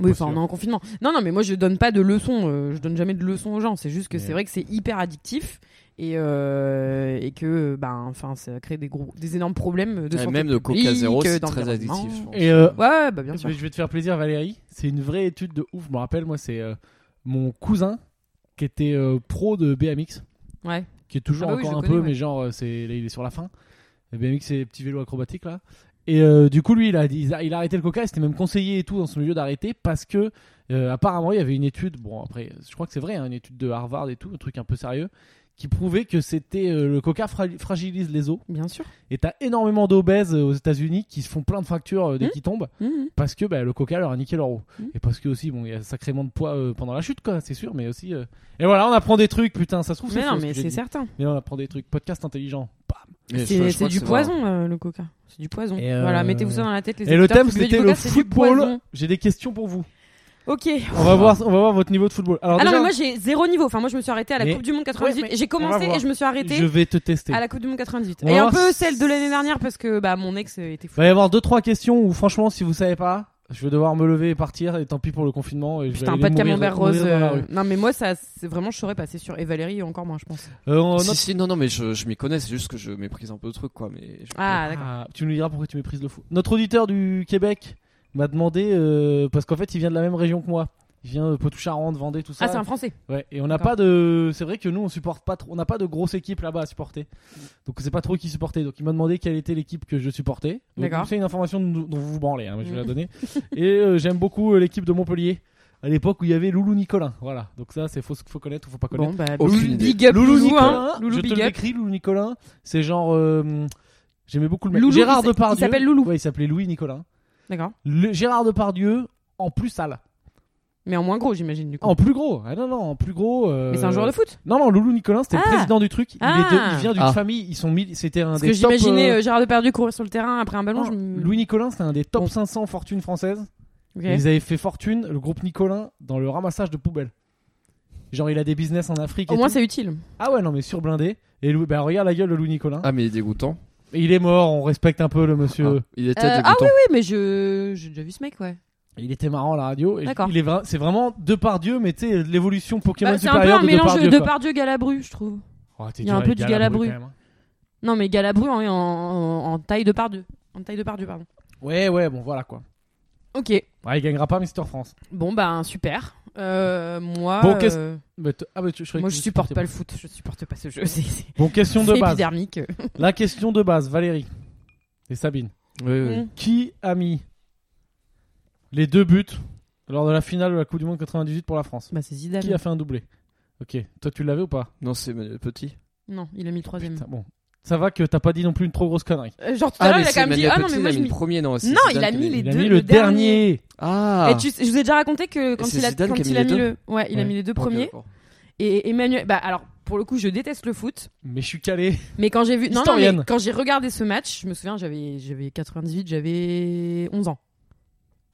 Speaker 2: Oui, enfin, on est en confinement. Non, non, mais moi, je donne pas de leçons. euh, je donne jamais de leçons aux gens. C'est juste que
Speaker 1: Mais-
Speaker 2: c'est vrai que c'est hyper addictif et, euh, et que, ben, enfin, ça crée des gros, des énormes problèmes de
Speaker 3: Ouais,
Speaker 2: santé.
Speaker 3: même le Coca
Speaker 2: publique,
Speaker 3: Zéro, c'est très
Speaker 2: d'environnement.
Speaker 3: addictif. je pense.
Speaker 1: Et, euh,
Speaker 2: Ouais, ouais, bah, bien sûr.
Speaker 1: Mais je vais te faire plaisir, Valérie. C'est une vraie étude de ouf. Je me rappelle, moi, c'est euh, mon cousin qui était euh, pro de BMX,
Speaker 2: Ouais.
Speaker 1: qui est toujours
Speaker 2: Ah bah oui,
Speaker 1: encore
Speaker 2: je
Speaker 1: un
Speaker 2: le connais,
Speaker 1: peu,
Speaker 2: ouais.
Speaker 1: mais genre, euh, c'est, là, il est sur la fin. Le BMX, c'est les petits vélos acrobatiques, là. Et euh, du coup, lui, il a, il a, il a arrêté le coca. C'était même conseillé et tout dans son milieu d'arrêter parce que, euh, apparemment, il y avait une étude. Bon, après, je crois que c'est vrai, hein, une étude de Harvard et tout, un truc un peu sérieux, qui prouvait que c'était euh, le coca fra- fragilise les os.
Speaker 2: Bien sûr.
Speaker 1: Et t'as énormément d'obèses euh, aux États-Unis qui se font plein de fractures euh, dès
Speaker 2: Mhm.
Speaker 1: qu'ils tombent
Speaker 2: Mhm.
Speaker 1: parce que bah, le coca leur a niqué leur eau.
Speaker 2: Mhm.
Speaker 1: Et parce que aussi, bon, il y a sacrément de poids euh, pendant la chute, quoi, c'est sûr, mais aussi. euh, Et voilà, on apprend des trucs, putain, ça se trouve, c'est
Speaker 2: Mais non,
Speaker 1: faux, ce
Speaker 2: mais
Speaker 1: que j'ai
Speaker 2: c'est
Speaker 1: dit.
Speaker 2: certain.
Speaker 1: Mais on apprend des trucs, podcast intelligent. Bah. Bam.
Speaker 3: Et je- je
Speaker 2: C'est
Speaker 3: crois
Speaker 2: c'est
Speaker 3: que
Speaker 2: du
Speaker 3: vrai.
Speaker 2: poison, euh, le coca. C'est du poison.
Speaker 1: Et, euh,
Speaker 2: Voilà, mettez-vous ça dans la tête, les
Speaker 1: Et le
Speaker 2: écouteurs,
Speaker 1: thème,
Speaker 2: si vous buvez
Speaker 1: c'était
Speaker 2: du
Speaker 1: le
Speaker 2: coca, c'est du
Speaker 1: football.
Speaker 2: poison.
Speaker 1: J'ai des questions pour vous.
Speaker 2: Ok.
Speaker 1: On va voir, on va voir votre niveau de football. Alors,
Speaker 2: Ah non,
Speaker 1: déjà,
Speaker 2: mais moi, j'ai zéro niveau. Enfin, moi, je me suis arrêtée à la
Speaker 1: Mais-
Speaker 2: Coupe du Monde 98.
Speaker 1: Ouais, mais-
Speaker 2: J'ai commencé
Speaker 1: voir.
Speaker 2: et je me suis arrêtée.
Speaker 1: je vais te tester.
Speaker 2: À la Coupe du Monde 98.
Speaker 1: On va
Speaker 2: et un
Speaker 1: voir
Speaker 2: peu
Speaker 1: si-
Speaker 2: celle de l'année dernière parce que bah mon ex euh, était fou.
Speaker 1: Il va y avoir deux trois questions où, franchement, si vous savez pas, je vais devoir me lever et partir. Et tant pis pour le confinement. Et je vais
Speaker 2: Putain,
Speaker 1: aller
Speaker 2: pas de
Speaker 1: mourir-
Speaker 2: camembert
Speaker 1: mourir
Speaker 2: rose.
Speaker 1: dans la
Speaker 2: euh,
Speaker 1: rue.
Speaker 2: Non, mais moi, ça, c'est vraiment, je saurais passer sur. Et Valérie, encore moins, je pense.
Speaker 1: Euh, on-
Speaker 3: Si,
Speaker 1: notre-
Speaker 3: si, non, non, mais je, je m'y connais, c'est juste que je méprise un peu le truc, quoi. Mais je-
Speaker 2: Ah, d'accord.
Speaker 1: Ah, tu nous diras pourquoi tu méprises le foot. Notre auditeur du Québec m'a demandé euh, parce qu'en fait, il vient de la même région que moi. Il vient de Poitou-Charentes, Vendée, tout ça.
Speaker 2: Ah, c'est un français.
Speaker 1: Ouais, et on n'a
Speaker 2: D'accord.
Speaker 1: pas de. C'est vrai que nous, on supporte pas trop. On n'a pas de grosse équipe là-bas à supporter.
Speaker 2: Mm.
Speaker 1: Donc, on sait pas trop qui supporter. Donc, il m'a demandé quelle était l'équipe que je supportais. Donc,
Speaker 2: D'accord. Mm.
Speaker 1: C'est une information dont dont vous vous branlez, hein, mais je vais la donner. et euh, j'aime beaucoup euh, l'équipe de Montpellier. À l'époque où il y avait Loulou Nicolin. Voilà. Donc, ça, c'est faut, faut connaître ou faut pas connaître.
Speaker 2: Bon, bah,
Speaker 3: Aucune
Speaker 2: Loulou,
Speaker 3: idée.
Speaker 2: big up,
Speaker 1: Loulou
Speaker 2: Loulou, hein.
Speaker 1: Nicolin,
Speaker 2: Loulou,
Speaker 1: je te
Speaker 2: big
Speaker 1: le
Speaker 2: up.
Speaker 1: décris, Loulou Nicolin. C'est genre. euh, J'aimais beaucoup le mec.
Speaker 2: Loulou,
Speaker 1: Gérard
Speaker 2: il s- il
Speaker 1: Depardieu.
Speaker 2: s'appelle Loulou.
Speaker 1: Ouais, il s'appelait Louis Nicolin.
Speaker 2: D'accord.
Speaker 1: Le Gérard Depardieu en plus sale.
Speaker 2: Mais en moins gros, j'imagine, du coup.
Speaker 1: En plus gros. Ah non, non, en plus gros. euh,
Speaker 2: Mais c'est un joueur de foot.
Speaker 1: non, non, Loulou Nicolin, c'était
Speaker 2: Ah.
Speaker 1: le président du truc. Il, est
Speaker 2: Ah.
Speaker 1: de- il vient d'une
Speaker 3: Ah.
Speaker 1: famille. Ils sont mille. C'était un
Speaker 2: Parce
Speaker 1: des
Speaker 2: que
Speaker 1: top,
Speaker 2: j'imaginais
Speaker 1: euh,
Speaker 2: euh, Gérard Depardieu courir sur le terrain après un ballon.
Speaker 1: non,
Speaker 2: je me-
Speaker 1: Louis Nicolin, c'était un des top
Speaker 2: Bon.
Speaker 1: 500 fortunes françaises.
Speaker 2: Ok.
Speaker 1: Et Ils avaient fait fortune, le groupe Nicolin, dans le ramassage de poubelles. Genre, il a des business en Afrique.
Speaker 2: Au
Speaker 1: et
Speaker 2: moins,
Speaker 1: tout.
Speaker 2: c'est utile.
Speaker 1: Ah ouais, non, mais surblindé. Et Louis, bah, regarde la gueule de Louis Nicolin.
Speaker 3: Ah, mais il est dégoûtant.
Speaker 1: Et Il est mort, on respecte un peu le monsieur.
Speaker 3: Ah, il était
Speaker 2: Euh,
Speaker 3: dégoûtant.
Speaker 2: Oui, mais je, j'ai déjà vu ce mec, ouais.
Speaker 1: Il était marrant à la radio. Et
Speaker 2: D'accord.
Speaker 1: il est vra- C'est vraiment Depardieu, mais tu sais, l'évolution Pokémon
Speaker 2: Bah, c'est un peu
Speaker 1: supérieure
Speaker 2: un
Speaker 1: de
Speaker 2: mélange
Speaker 1: Depardieu.
Speaker 2: de
Speaker 1: quoi.
Speaker 2: Depardieu Galabru, je trouve.
Speaker 1: Oh, t'es
Speaker 2: Il y a un
Speaker 1: dur avec
Speaker 2: peu du
Speaker 1: Galabru,
Speaker 2: Galabru.
Speaker 1: quand même, hein.
Speaker 2: Non, mais Galabru hein, en, en, en taille de Pardieu. En taille de Pardieu, pardon.
Speaker 1: Ouais, ouais, bon, voilà quoi.
Speaker 2: Ok.
Speaker 1: Ouais, il gagnera pas Mister France.
Speaker 2: Bon, bah, super. Euh, moi.
Speaker 1: Bon, qu'est-ce-
Speaker 2: euh,
Speaker 1: Mais t- ah, mais tu- je croyais
Speaker 2: Moi,
Speaker 1: que
Speaker 2: je
Speaker 1: tu
Speaker 2: supporte
Speaker 1: supportais
Speaker 2: pas le foot. Je supporte pas ce jeu. [LAUGHS] C'est c'est-
Speaker 1: Bon, question de
Speaker 2: c'est
Speaker 1: base.
Speaker 2: épidermique.
Speaker 1: La question de base, Valérie et Sabine. Euh,
Speaker 3: Oui, oui.
Speaker 2: Mm.
Speaker 1: Qui a mis les deux buts Lors de la finale de la Coupe du Monde 98 pour la France.
Speaker 2: Bah, c'est Zidane.
Speaker 1: Qui a fait un doublé Ok. Toi, tu l'avais ou pas
Speaker 3: Non, c'est Emmanuel Petit.
Speaker 2: Non, il a mis le troisième.
Speaker 1: Putain, bon. Ça va que t'as pas dit non plus une trop grosse connerie.
Speaker 2: Euh, genre tout à l'heure, il a
Speaker 3: c'est
Speaker 2: quand même dit
Speaker 3: Emmanuel
Speaker 2: Ah non,
Speaker 3: Petit,
Speaker 2: mais
Speaker 3: il
Speaker 2: moi
Speaker 3: a
Speaker 2: je
Speaker 3: mis
Speaker 2: mis.
Speaker 3: le premier, non. c'est
Speaker 2: Non,
Speaker 3: Zidane
Speaker 2: il a
Speaker 3: qui
Speaker 2: mis les
Speaker 1: il
Speaker 2: deux.
Speaker 1: a mis le, dernier.
Speaker 3: Ah
Speaker 2: Et tu sais- je vous ai déjà raconté que quand
Speaker 3: c'est
Speaker 2: il a,
Speaker 3: Zidane
Speaker 2: quand
Speaker 3: qui a mis
Speaker 2: il a
Speaker 3: les
Speaker 2: mis
Speaker 3: deux
Speaker 2: le, ouais, il a
Speaker 1: Ouais.
Speaker 2: mis les deux
Speaker 3: Ok,
Speaker 2: premiers.
Speaker 3: d'accord.
Speaker 2: Et Emmanuel, bah alors pour le coup, je déteste le foot,
Speaker 1: Mais je suis calé. [LAUGHS]
Speaker 2: mais quand j'ai vu, non, non, mais
Speaker 1: Historienne.
Speaker 2: quand j'ai regardé ce match, je me souviens, j'avais, j'avais 98, j'avais 11 ans.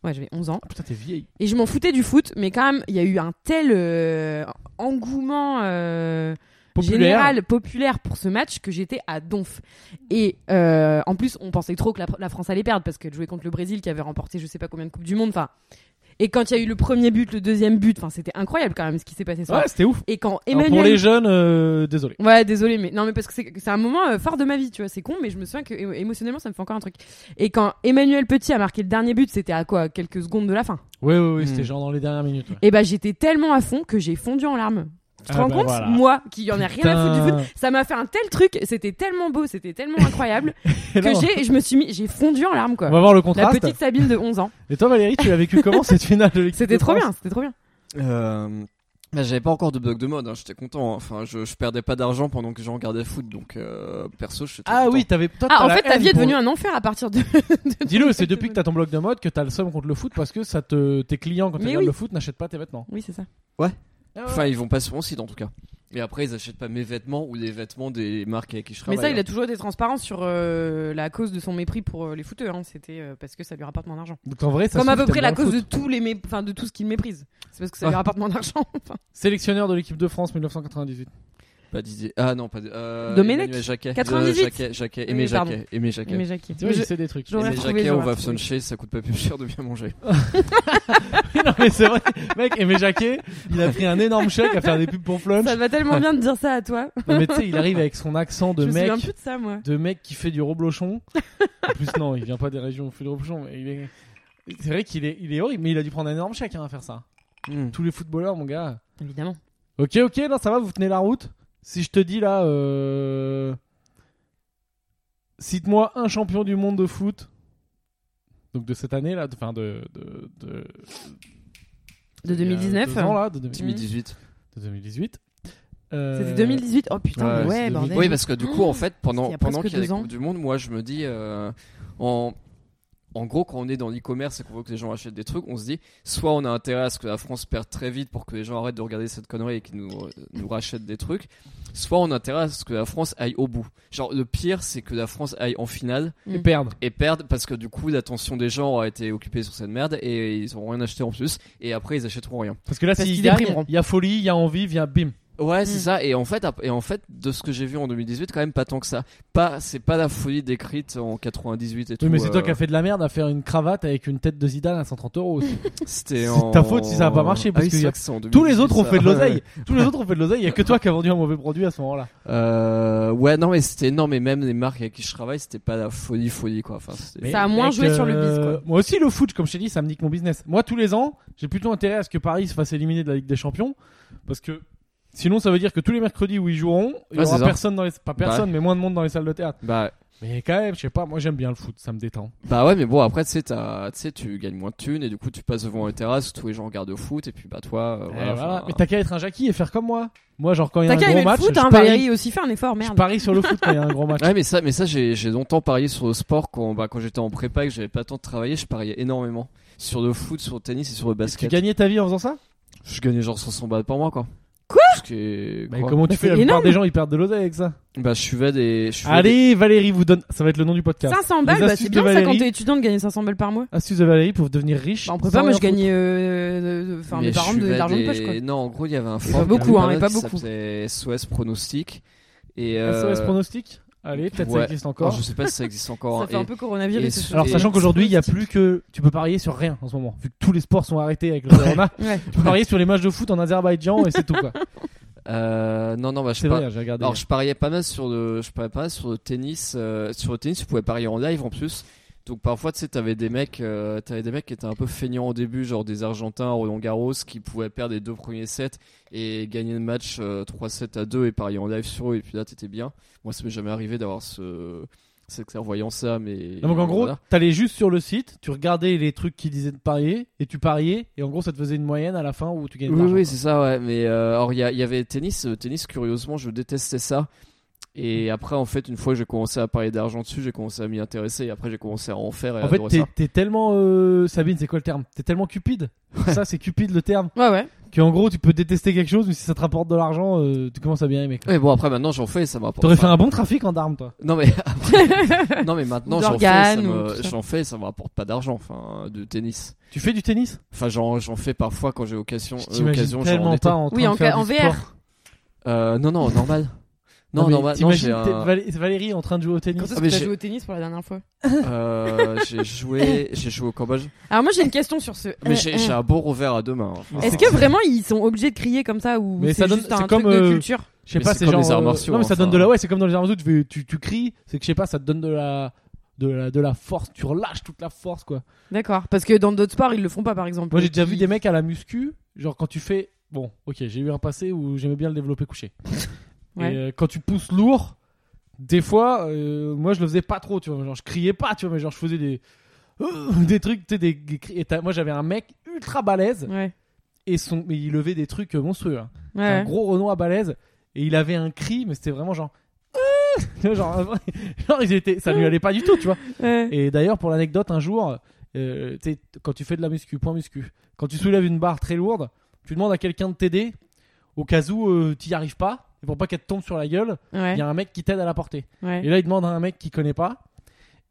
Speaker 2: Ouais, j'avais 11 ans.
Speaker 1: Ah, putain, t'es vieille.
Speaker 2: Et je m'en foutais du foot, mais quand même, il y a eu un tel euh, engouement euh,
Speaker 1: Populaire.
Speaker 2: général, populaire pour ce match que j'étais à donf. Et euh, en plus, on pensait trop que la, la France allait perdre parce qu'elle jouait contre le Brésil qui avait remporté je sais pas combien de Coupes du Monde. Enfin, et quand il y a eu le premier but, le deuxième but, enfin, c'était incroyable quand même ce qui s'est passé. ce soir.
Speaker 1: Ouais, c'était ouf.
Speaker 2: Et quand
Speaker 1: Alors,
Speaker 2: Emmanuel.
Speaker 1: pour les jeunes, euh, désolé.
Speaker 2: Ouais, désolé, mais non, mais parce que c'est c'est un moment euh, fort de ma vie, tu vois. C'est con, mais je me souviens que é- émotionnellement, ça me fait encore un truc. Et quand Emmanuel Petit a marqué le dernier but, c'était à quoi Quelques secondes de la fin.
Speaker 1: Ouais, ouais, ouais,
Speaker 3: Hmm.
Speaker 1: c'était genre dans les dernières minutes. ouais.
Speaker 2: Et bah, j'étais tellement à fond que j'ai fondu en larmes. Tu te
Speaker 1: Ah
Speaker 2: rends
Speaker 1: bah
Speaker 2: compte
Speaker 1: voilà.
Speaker 2: Moi, qui en ai rien à foutre du
Speaker 1: Putain.
Speaker 2: foot, ça m'a fait un tel truc, c'était tellement beau, c'était
Speaker 1: [LAUGHS]
Speaker 2: tellement incroyable
Speaker 1: [LAUGHS] Et
Speaker 2: que
Speaker 1: là,
Speaker 2: j'ai, je me suis mis, j'ai fondu en larmes,
Speaker 1: on
Speaker 2: quoi.
Speaker 1: va voir le
Speaker 2: La
Speaker 1: contraste.
Speaker 2: petite Sabine de
Speaker 1: [LAUGHS]
Speaker 2: 11 ans.
Speaker 1: Et toi, Valérie, tu l'as vécu comment cette finale de l'équipe
Speaker 2: C'était
Speaker 1: de
Speaker 2: trop
Speaker 1: France
Speaker 2: bien, c'était trop bien.
Speaker 3: Euh, bah, j'avais pas encore de bug de mode, hein, j'étais content. hein. Enfin, je, je perdais pas d'argent pendant que je regardais foot, donc euh, perso, je suis très
Speaker 1: Ah
Speaker 3: content.
Speaker 1: oui, t'avais. toi, t'as
Speaker 2: Ah, en
Speaker 1: la
Speaker 2: fait, ta
Speaker 1: haine
Speaker 2: vie est
Speaker 1: pour-
Speaker 2: devenue un enfer à partir de. [LAUGHS] de-
Speaker 1: Dis-le, c'est depuis que t'as ton blog de mode que t'as le somme contre le foot parce que ça te... tes clients, quand ils
Speaker 2: Mais
Speaker 1: regardent
Speaker 2: oui.
Speaker 1: le foot, n'achètent pas tes vêtements. Ah.
Speaker 2: Oui, c'est ça.
Speaker 3: Enfin, ils vont pas sur mon site en tout cas. Et après, ils achètent pas mes vêtements ou les vêtements des marques avec qui je
Speaker 2: Mais
Speaker 3: travaille.
Speaker 2: ça, il
Speaker 3: hein.
Speaker 2: a toujours été transparent sur euh, la cause de son mépris pour euh, les footeurs. hein. C'était euh, parce que ça lui rapporte moins d'argent.
Speaker 1: Donc en vrai, ça
Speaker 2: Comme
Speaker 1: se
Speaker 2: à
Speaker 1: trouve,
Speaker 2: peu près
Speaker 1: t'aimes
Speaker 2: la
Speaker 1: bien le
Speaker 2: cause de
Speaker 1: foot.
Speaker 2: tous les, mé- enfin de tout ce qu'il méprise. C'est parce que ça
Speaker 3: Ah.
Speaker 2: lui rapporte
Speaker 1: [LAUGHS]
Speaker 2: moins d'argent. Enfin,
Speaker 1: Sélectionneur de l'équipe de France 1998.
Speaker 3: Pas Didier. Ah non, pas. Euh,
Speaker 2: Domenech.
Speaker 3: Emmanuel Jacquet.
Speaker 2: 98.
Speaker 3: Euh, Jacquet, Jacquet. Aimé
Speaker 2: Oui, pardon.
Speaker 3: Jacquet. Aimé Jacquet.
Speaker 2: mais Jackie.
Speaker 1: Tu vois,
Speaker 2: Je-
Speaker 1: il sait des trucs.
Speaker 2: j'aurais-
Speaker 3: Aimé
Speaker 2: J'aurais retrouvé,
Speaker 3: Jacquet, on
Speaker 2: j'aurais
Speaker 3: va
Speaker 2: retrouvé.
Speaker 3: suncher, ça coûte pas plus cher de bien manger.
Speaker 1: [LAUGHS] non, mais c'est vrai, mec, Aimé Jacquet, il a pris un énorme chèque à faire des pubs pour Flunch.
Speaker 2: Ça va tellement bien de dire ça à toi.
Speaker 1: Non, mais tu sais, il arrive avec son accent de
Speaker 2: je me
Speaker 1: mec,
Speaker 2: souviens plus de ça, moi.
Speaker 1: de mec qui fait du reblochon. en plus, non, il vient pas des régions où il fait du reblochon. mais il est- C'est vrai qu'il est, il est horrible, mais il a dû prendre un énorme chèque hein, à faire ça.
Speaker 3: Hmm.
Speaker 1: Tous les footballeurs, mon gars.
Speaker 2: Évidemment.
Speaker 1: Ok, ok, non, ça va, vous tenez la route. Si je te dis là, euh... cite-moi un champion du monde de foot, donc de cette année là, de- enfin de, de, de,
Speaker 2: De
Speaker 1: il y a
Speaker 2: 2019.
Speaker 1: deux ans, là, de, deux-
Speaker 2: Mm.
Speaker 3: 2018.
Speaker 1: de 2018. Euh,
Speaker 2: C'était 2018. Oh putain,
Speaker 3: Ouais,
Speaker 2: ouais,
Speaker 1: c'est 2018.
Speaker 2: bordel.
Speaker 1: D'ailleurs-
Speaker 3: Oui, parce que du coup, en fait,
Speaker 2: Il
Speaker 3: pendant
Speaker 2: y a
Speaker 3: pendant
Speaker 2: presque
Speaker 3: qu'il y a la
Speaker 2: deux ans.
Speaker 3: Coupe du Monde, moi, je me dis, euh, en en gros, quand on est dans l'e-commerce et qu'on voit que les gens achètent des trucs, on se dit, soit on a intérêt à ce que la France perde très vite pour que les gens arrêtent de regarder cette connerie et qu'ils nous, euh, nous rachètent des trucs, soit on a intérêt à ce que la France aille au bout. Genre, le pire, c'est que la France aille en finale
Speaker 1: Et perdre.
Speaker 3: et perde parce que du coup, l'attention des gens aura été occupée sur cette merde et ils auront rien acheté en plus et après, ils achèteront rien.
Speaker 1: Parce que là,
Speaker 2: Parce
Speaker 1: s'il
Speaker 2: qu'ils
Speaker 1: gagne,
Speaker 2: déprimeront.
Speaker 1: il y a folie, il y a envie, il y a bim.
Speaker 3: Ouais, c'est
Speaker 2: Mm.
Speaker 3: ça. Et en fait, ap- et en fait, de ce que j'ai vu en 2018, quand même pas tant que ça. Pas, c'est pas la folie décrite en 98 et tout.
Speaker 1: Oui, mais c'est toi
Speaker 3: euh,
Speaker 1: qui as fait de la merde à faire une cravate avec une tête de Zidane à 130 euros
Speaker 3: [LAUGHS]
Speaker 1: aussi.
Speaker 3: C'était
Speaker 1: C'est
Speaker 3: en-
Speaker 1: ta faute si ça a pas marché,
Speaker 3: Ah
Speaker 1: parce
Speaker 3: oui,
Speaker 1: que
Speaker 3: c'est
Speaker 1: y a-
Speaker 3: vrai c'est en
Speaker 1: Tous les autres ont
Speaker 3: 2018,
Speaker 1: fait de
Speaker 3: ça.
Speaker 1: l'oseille. Tous les autres ont fait de l'oseille, il y a que toi qui as vendu un mauvais produit à ce moment-là.
Speaker 3: [LAUGHS] Euh, ouais, non, mais c'était non, mais même les marques avec qui je travaille, c'était pas la folie, folie quoi. Enfin, c'était-
Speaker 1: Mais
Speaker 2: Ça a moins
Speaker 1: mec,
Speaker 2: joué sur le biz,
Speaker 1: euh, Moi aussi, le foot, comme je t'ai dit, ça me nique mon business. Moi, tous les ans, j'ai plutôt intérêt à ce que Paris se fasse éliminer de la Ligue des Champions. Parce que sinon, ça veut dire que tous les mercredis où ils joueront, il y
Speaker 3: Ouais,
Speaker 1: aura
Speaker 3: Ah, c'est ça.
Speaker 1: personne dans les. Pas personne, mais moins de monde dans les salles de théâtre.
Speaker 3: Bah,
Speaker 1: Mais quand même, je sais pas, moi j'aime bien le foot, ça me détend.
Speaker 3: bah ouais, mais bon, après, tu sais, t'as- tu sais, tu gagnes moins de thunes et du coup, tu passes devant les terrasses, tous les gens regardent le foot et puis bah toi, euh,
Speaker 1: Eh,
Speaker 3: voilà.
Speaker 1: voilà.
Speaker 3: enfin,
Speaker 1: Mais t'as qu'à être un Jackie et faire comme moi. Moi, genre, quand il y a
Speaker 2: T'as
Speaker 1: un
Speaker 2: qu'à
Speaker 1: gros
Speaker 2: aimer le
Speaker 1: match,
Speaker 2: foot,
Speaker 1: je,
Speaker 2: hein,
Speaker 1: parie,
Speaker 2: Valérie aussi fait un effort,
Speaker 1: je
Speaker 2: merde.
Speaker 1: parie sur le foot quand il y a un gros
Speaker 3: [LAUGHS]
Speaker 1: match.
Speaker 3: Ouais, mais ça, mais ça j'ai j'ai longtemps parié sur le sport quand, bah, quand j'étais en prépa et que j'avais pas le temps de travailler, je pariais énormément. Sur le foot, sur le tennis et sur le
Speaker 1: Tu
Speaker 3: basket.
Speaker 1: gagnais ta vie en faisant ça
Speaker 3: Je gagnais genre 500 balles par mois, quoi.
Speaker 2: Quoi
Speaker 3: Ce qui est-
Speaker 1: Mais
Speaker 3: quoi
Speaker 1: comment tu
Speaker 2: Bah,
Speaker 1: fais La
Speaker 2: c'est
Speaker 1: plupart
Speaker 2: énorme.
Speaker 1: des gens, ils perdent de l'oseille avec ça.
Speaker 3: Bah, je suivais des. je suivais
Speaker 1: Allez, Valérie vous donne. Ça va être le nom du podcast. Ah,
Speaker 2: 500
Speaker 1: Les
Speaker 2: balles, bah,
Speaker 1: astuces
Speaker 2: c'est
Speaker 1: de
Speaker 2: bien ça quand
Speaker 1: Valérie.
Speaker 2: t'es étudiant de gagner 500 balles par mois.
Speaker 1: Astuce de Valérie pour devenir riche.
Speaker 2: Bah, on
Speaker 1: sans
Speaker 2: prépare, moi
Speaker 1: rien
Speaker 2: je gagne euh, euh,
Speaker 3: des-
Speaker 2: enfin,
Speaker 3: mais
Speaker 2: mes
Speaker 3: je
Speaker 2: parents de
Speaker 3: suivais
Speaker 2: de l'argent de
Speaker 3: des-
Speaker 2: poche quoi.
Speaker 3: Non, en gros, il y avait un
Speaker 1: pas
Speaker 3: forum
Speaker 1: beaucoup,
Speaker 3: qui
Speaker 1: hein,
Speaker 2: mais
Speaker 3: avait
Speaker 2: pas
Speaker 3: qui
Speaker 2: beaucoup.
Speaker 3: s'appelait SOS Pronostic. Et. euh,
Speaker 1: SOS pronostic Allez, peut-être ça
Speaker 3: ouais.
Speaker 1: existe
Speaker 3: Alors,
Speaker 1: encore.
Speaker 3: je sais pas si ça existe encore.
Speaker 2: Ça
Speaker 3: hein,
Speaker 2: fait un
Speaker 3: et-
Speaker 2: peu coronavirus.
Speaker 3: et-
Speaker 2: ce
Speaker 1: Alors
Speaker 2: truc.
Speaker 1: sachant qu'aujourd'hui il n'y a plus que tu peux parier sur rien en ce moment vu que tous les sports sont arrêtés
Speaker 3: [LAUGHS]
Speaker 1: avec le corona
Speaker 2: Ouais.
Speaker 1: tu peux parier sur les matchs de foot en Azerbaïdjan et c'est tout quoi
Speaker 3: euh, non, non, bah, je
Speaker 1: c'est
Speaker 3: sais pas.
Speaker 1: vrai j'ai regardé
Speaker 3: Alors je pariais pas mal sur le, je pariais pas mal sur le tennis, euh, sur le tennis, tu pouvais parier en live en plus. Donc parfois tu sais t'avais des mecs, euh, t'avais des mecs qui étaient un peu feignants au début, genre des Argentins, Roland Garros, qui pouvaient perdre les deux premiers sets et gagner le match euh, 3 sets à 2 et parier en live sur eux. Et puis là t'étais bien. Moi ça m'est jamais arrivé d'avoir ce c'est que c'est en voyant ça, mais.
Speaker 1: donc en gros,
Speaker 3: voilà.
Speaker 1: t'allais juste sur le site, tu regardais les trucs qui disaient de parier, et tu pariais, et en gros ça te faisait une moyenne à la fin où tu gagnais de
Speaker 3: Oui,
Speaker 1: l'argent,
Speaker 3: oui,
Speaker 1: quoi.
Speaker 3: c'est ça, ouais. Mais euh, alors, il y, a- il y avait tennis. euh, Tennis, curieusement, je détestais ça. Et après, en fait, une fois que j'ai commencé à parler d'argent dessus, j'ai commencé à m'y intéresser. Et après, j'ai commencé à en faire et à
Speaker 1: En fait,
Speaker 3: adorer
Speaker 1: t'es-
Speaker 3: ça.
Speaker 1: t'es tellement. euh, Sabine, c'est quoi le terme T'es tellement cupide. Ça, c'est cupide le terme.
Speaker 2: Ouais, ouais.
Speaker 1: Que en gros, tu peux détester quelque chose, mais si ça te rapporte de l'argent, euh, tu commences à bien aimer. quoi.
Speaker 3: Mais bon, après, maintenant, j'en fais et ça m'apporte.
Speaker 1: T'aurais
Speaker 3: pas.
Speaker 1: fait un bon trafic en armes, toi.
Speaker 3: Non, mais, [LAUGHS] après- non, mais maintenant,
Speaker 2: Ou
Speaker 3: j'en fais, ça
Speaker 2: d'organes,
Speaker 3: me-
Speaker 2: ou tout ça.
Speaker 3: j'en fais, ça me rapporte pas d'argent, enfin, de tennis.
Speaker 1: Tu fais du tennis
Speaker 3: Enfin, j'en j'en fais parfois quand j'ai occasion.
Speaker 1: Je
Speaker 3: euh,
Speaker 1: t'imagine
Speaker 3: occasion j'en
Speaker 1: tellement
Speaker 3: étais.
Speaker 1: pas en train
Speaker 2: Oui,
Speaker 1: de
Speaker 2: en-
Speaker 1: faire
Speaker 2: en
Speaker 1: du
Speaker 2: VR.
Speaker 1: sport.
Speaker 3: Euh, non, non, normal.
Speaker 1: [LAUGHS]
Speaker 3: Non,
Speaker 1: mais
Speaker 3: normal. Non,
Speaker 1: t'imagines
Speaker 3: j'ai
Speaker 1: t'es-
Speaker 3: un-
Speaker 1: Valé- Valérie en train de jouer au
Speaker 2: Quand
Speaker 1: tennis.
Speaker 2: est-ce
Speaker 3: Ah,
Speaker 2: que
Speaker 3: mais
Speaker 2: t'as
Speaker 3: j'ai-
Speaker 2: joué au tennis pour la dernière fois
Speaker 1: [LAUGHS]
Speaker 3: euh, j'ai joué, j'ai joué au Cambodge.
Speaker 2: Alors moi j'ai une question sur ce.
Speaker 3: Mais
Speaker 2: Euh,
Speaker 3: j'ai
Speaker 2: euh. Eh,
Speaker 3: j'ai un beau revers à deux mains. hein.
Speaker 1: Mais
Speaker 2: Est-ce que vraiment ils sont obligés de crier comme ça ou
Speaker 1: Mais
Speaker 2: c'est
Speaker 1: ça donne-
Speaker 2: juste un
Speaker 1: c'est
Speaker 2: truc
Speaker 1: comme,
Speaker 2: de
Speaker 1: euh,
Speaker 2: culture
Speaker 1: Je sais
Speaker 3: Mais
Speaker 1: pas,
Speaker 3: c'est
Speaker 1: c'est
Speaker 3: comme
Speaker 1: genre.
Speaker 3: les arts
Speaker 1: euh,
Speaker 3: martiaux,
Speaker 1: Non, mais ça
Speaker 3: enfin.
Speaker 1: donne de la. Ouais, c'est comme dans les arts martiaux, tu, fais- tu, tu cries, c'est que je sais pas, ça te donne de la. De la, de la force, tu relâches toute la force quoi.
Speaker 2: D'accord. Parce que dans d'autres sports ils le font pas par exemple.
Speaker 1: Moi j'ai déjà vu
Speaker 2: Ils-
Speaker 1: des mecs à la muscu, genre quand tu fais. Bon, ok, j'ai eu un passé où j'aimais bien le développer
Speaker 2: [LAUGHS]
Speaker 1: couché.
Speaker 2: Ouais.
Speaker 1: Et euh, quand tu pousses lourd, des fois, euh, moi je le faisais pas trop, tu vois. Genre je criais pas, tu vois, mais genre je faisais des. euh, [LAUGHS] des trucs, tu sais, des, des cris. Et t'as- moi j'avais un mec ultra balèze
Speaker 2: Ouais.
Speaker 1: et son, mais il levait des trucs monstrueux. hein. un
Speaker 2: Ouais.
Speaker 1: gros Renault à balèze et il avait un cri mais c'était vraiment genre Ah [LAUGHS] Tu vois, genre, un vrai- genre, ils étaient- ça lui allait pas du tout tu vois
Speaker 2: Ouais.
Speaker 1: et d'ailleurs pour l'anecdote un jour euh, tu sais, quand tu fais de la muscu point muscu quand tu soulèves une barre très lourde tu demandes à quelqu'un de t'aider au cas où euh, t'y arrives pas et pour pas qu'elle te tombe sur la gueule il
Speaker 2: Ouais.
Speaker 1: y a un mec qui t'aide à la porter
Speaker 2: Ouais.
Speaker 1: et là il demande à un mec qui connaît pas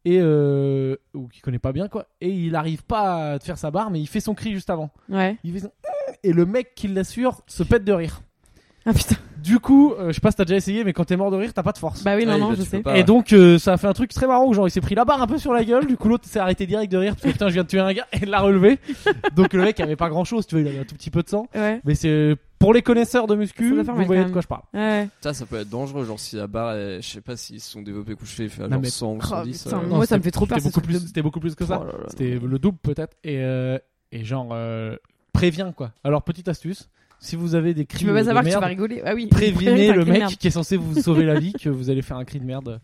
Speaker 1: et euh, ou qui connaît pas bien quoi et il arrive pas à te faire sa barre mais il fait son cri juste avant
Speaker 2: Ouais.
Speaker 1: il fait son- [LAUGHS] et le mec qui l'assure se pète de rire
Speaker 2: Ah putain.
Speaker 1: du coup, euh, je sais pas si t'as déjà essayé, mais quand t'es mort de rire, t'as pas de force.
Speaker 2: Bah oui non
Speaker 3: Ouais,
Speaker 2: non
Speaker 3: bah,
Speaker 2: je
Speaker 3: tu peux
Speaker 2: sais.
Speaker 3: pas,
Speaker 1: Et
Speaker 3: ouais.
Speaker 1: donc, euh, ça a fait un truc très marrant où genre il s'est pris la barre un peu sur la gueule, du coup l'autre s'est arrêté direct de rire parce que putain, je viens de tuer un gars et de la relever. donc le mec avait pas grand chose, tu vois, il avait un tout petit peu de sang.
Speaker 2: Ouais.
Speaker 1: Mais c'est euh, pour les connaisseurs de
Speaker 2: Ça
Speaker 1: muscu,
Speaker 2: doit faire
Speaker 1: vous
Speaker 2: mal
Speaker 1: voyez
Speaker 2: quand
Speaker 1: de quoi je parle.
Speaker 2: Ouais.
Speaker 3: Ça, ça peut être dangereux, genre si la barre, elle- je sais pas s'ils se sont développés couchés, fait
Speaker 1: Non,
Speaker 3: genre
Speaker 1: mais-
Speaker 3: 100 ou
Speaker 2: Oh,
Speaker 3: 110.
Speaker 2: putain,
Speaker 3: euh,
Speaker 2: moi, ça me fait trop peur,
Speaker 1: C'était
Speaker 2: ces
Speaker 1: beaucoup,
Speaker 2: trucs
Speaker 1: plus,
Speaker 2: de-
Speaker 1: c'était beaucoup plus que ça.
Speaker 3: oh là là,
Speaker 1: C'était
Speaker 3: non.
Speaker 1: le double peut-être. Et, euh, et genre, euh, préviens quoi. Alors, petite astuce, si vous avez des cris
Speaker 2: Tu peux pas
Speaker 1: de
Speaker 2: savoir que tu
Speaker 1: merde,
Speaker 2: vas rigoler. Ah oui.
Speaker 1: prévenez
Speaker 2: [LAUGHS] T'as
Speaker 1: le
Speaker 2: crié
Speaker 1: mec
Speaker 2: merde.
Speaker 1: qui est censé vous sauver la
Speaker 2: [LAUGHS]
Speaker 1: vie que vous allez faire un cri de merde.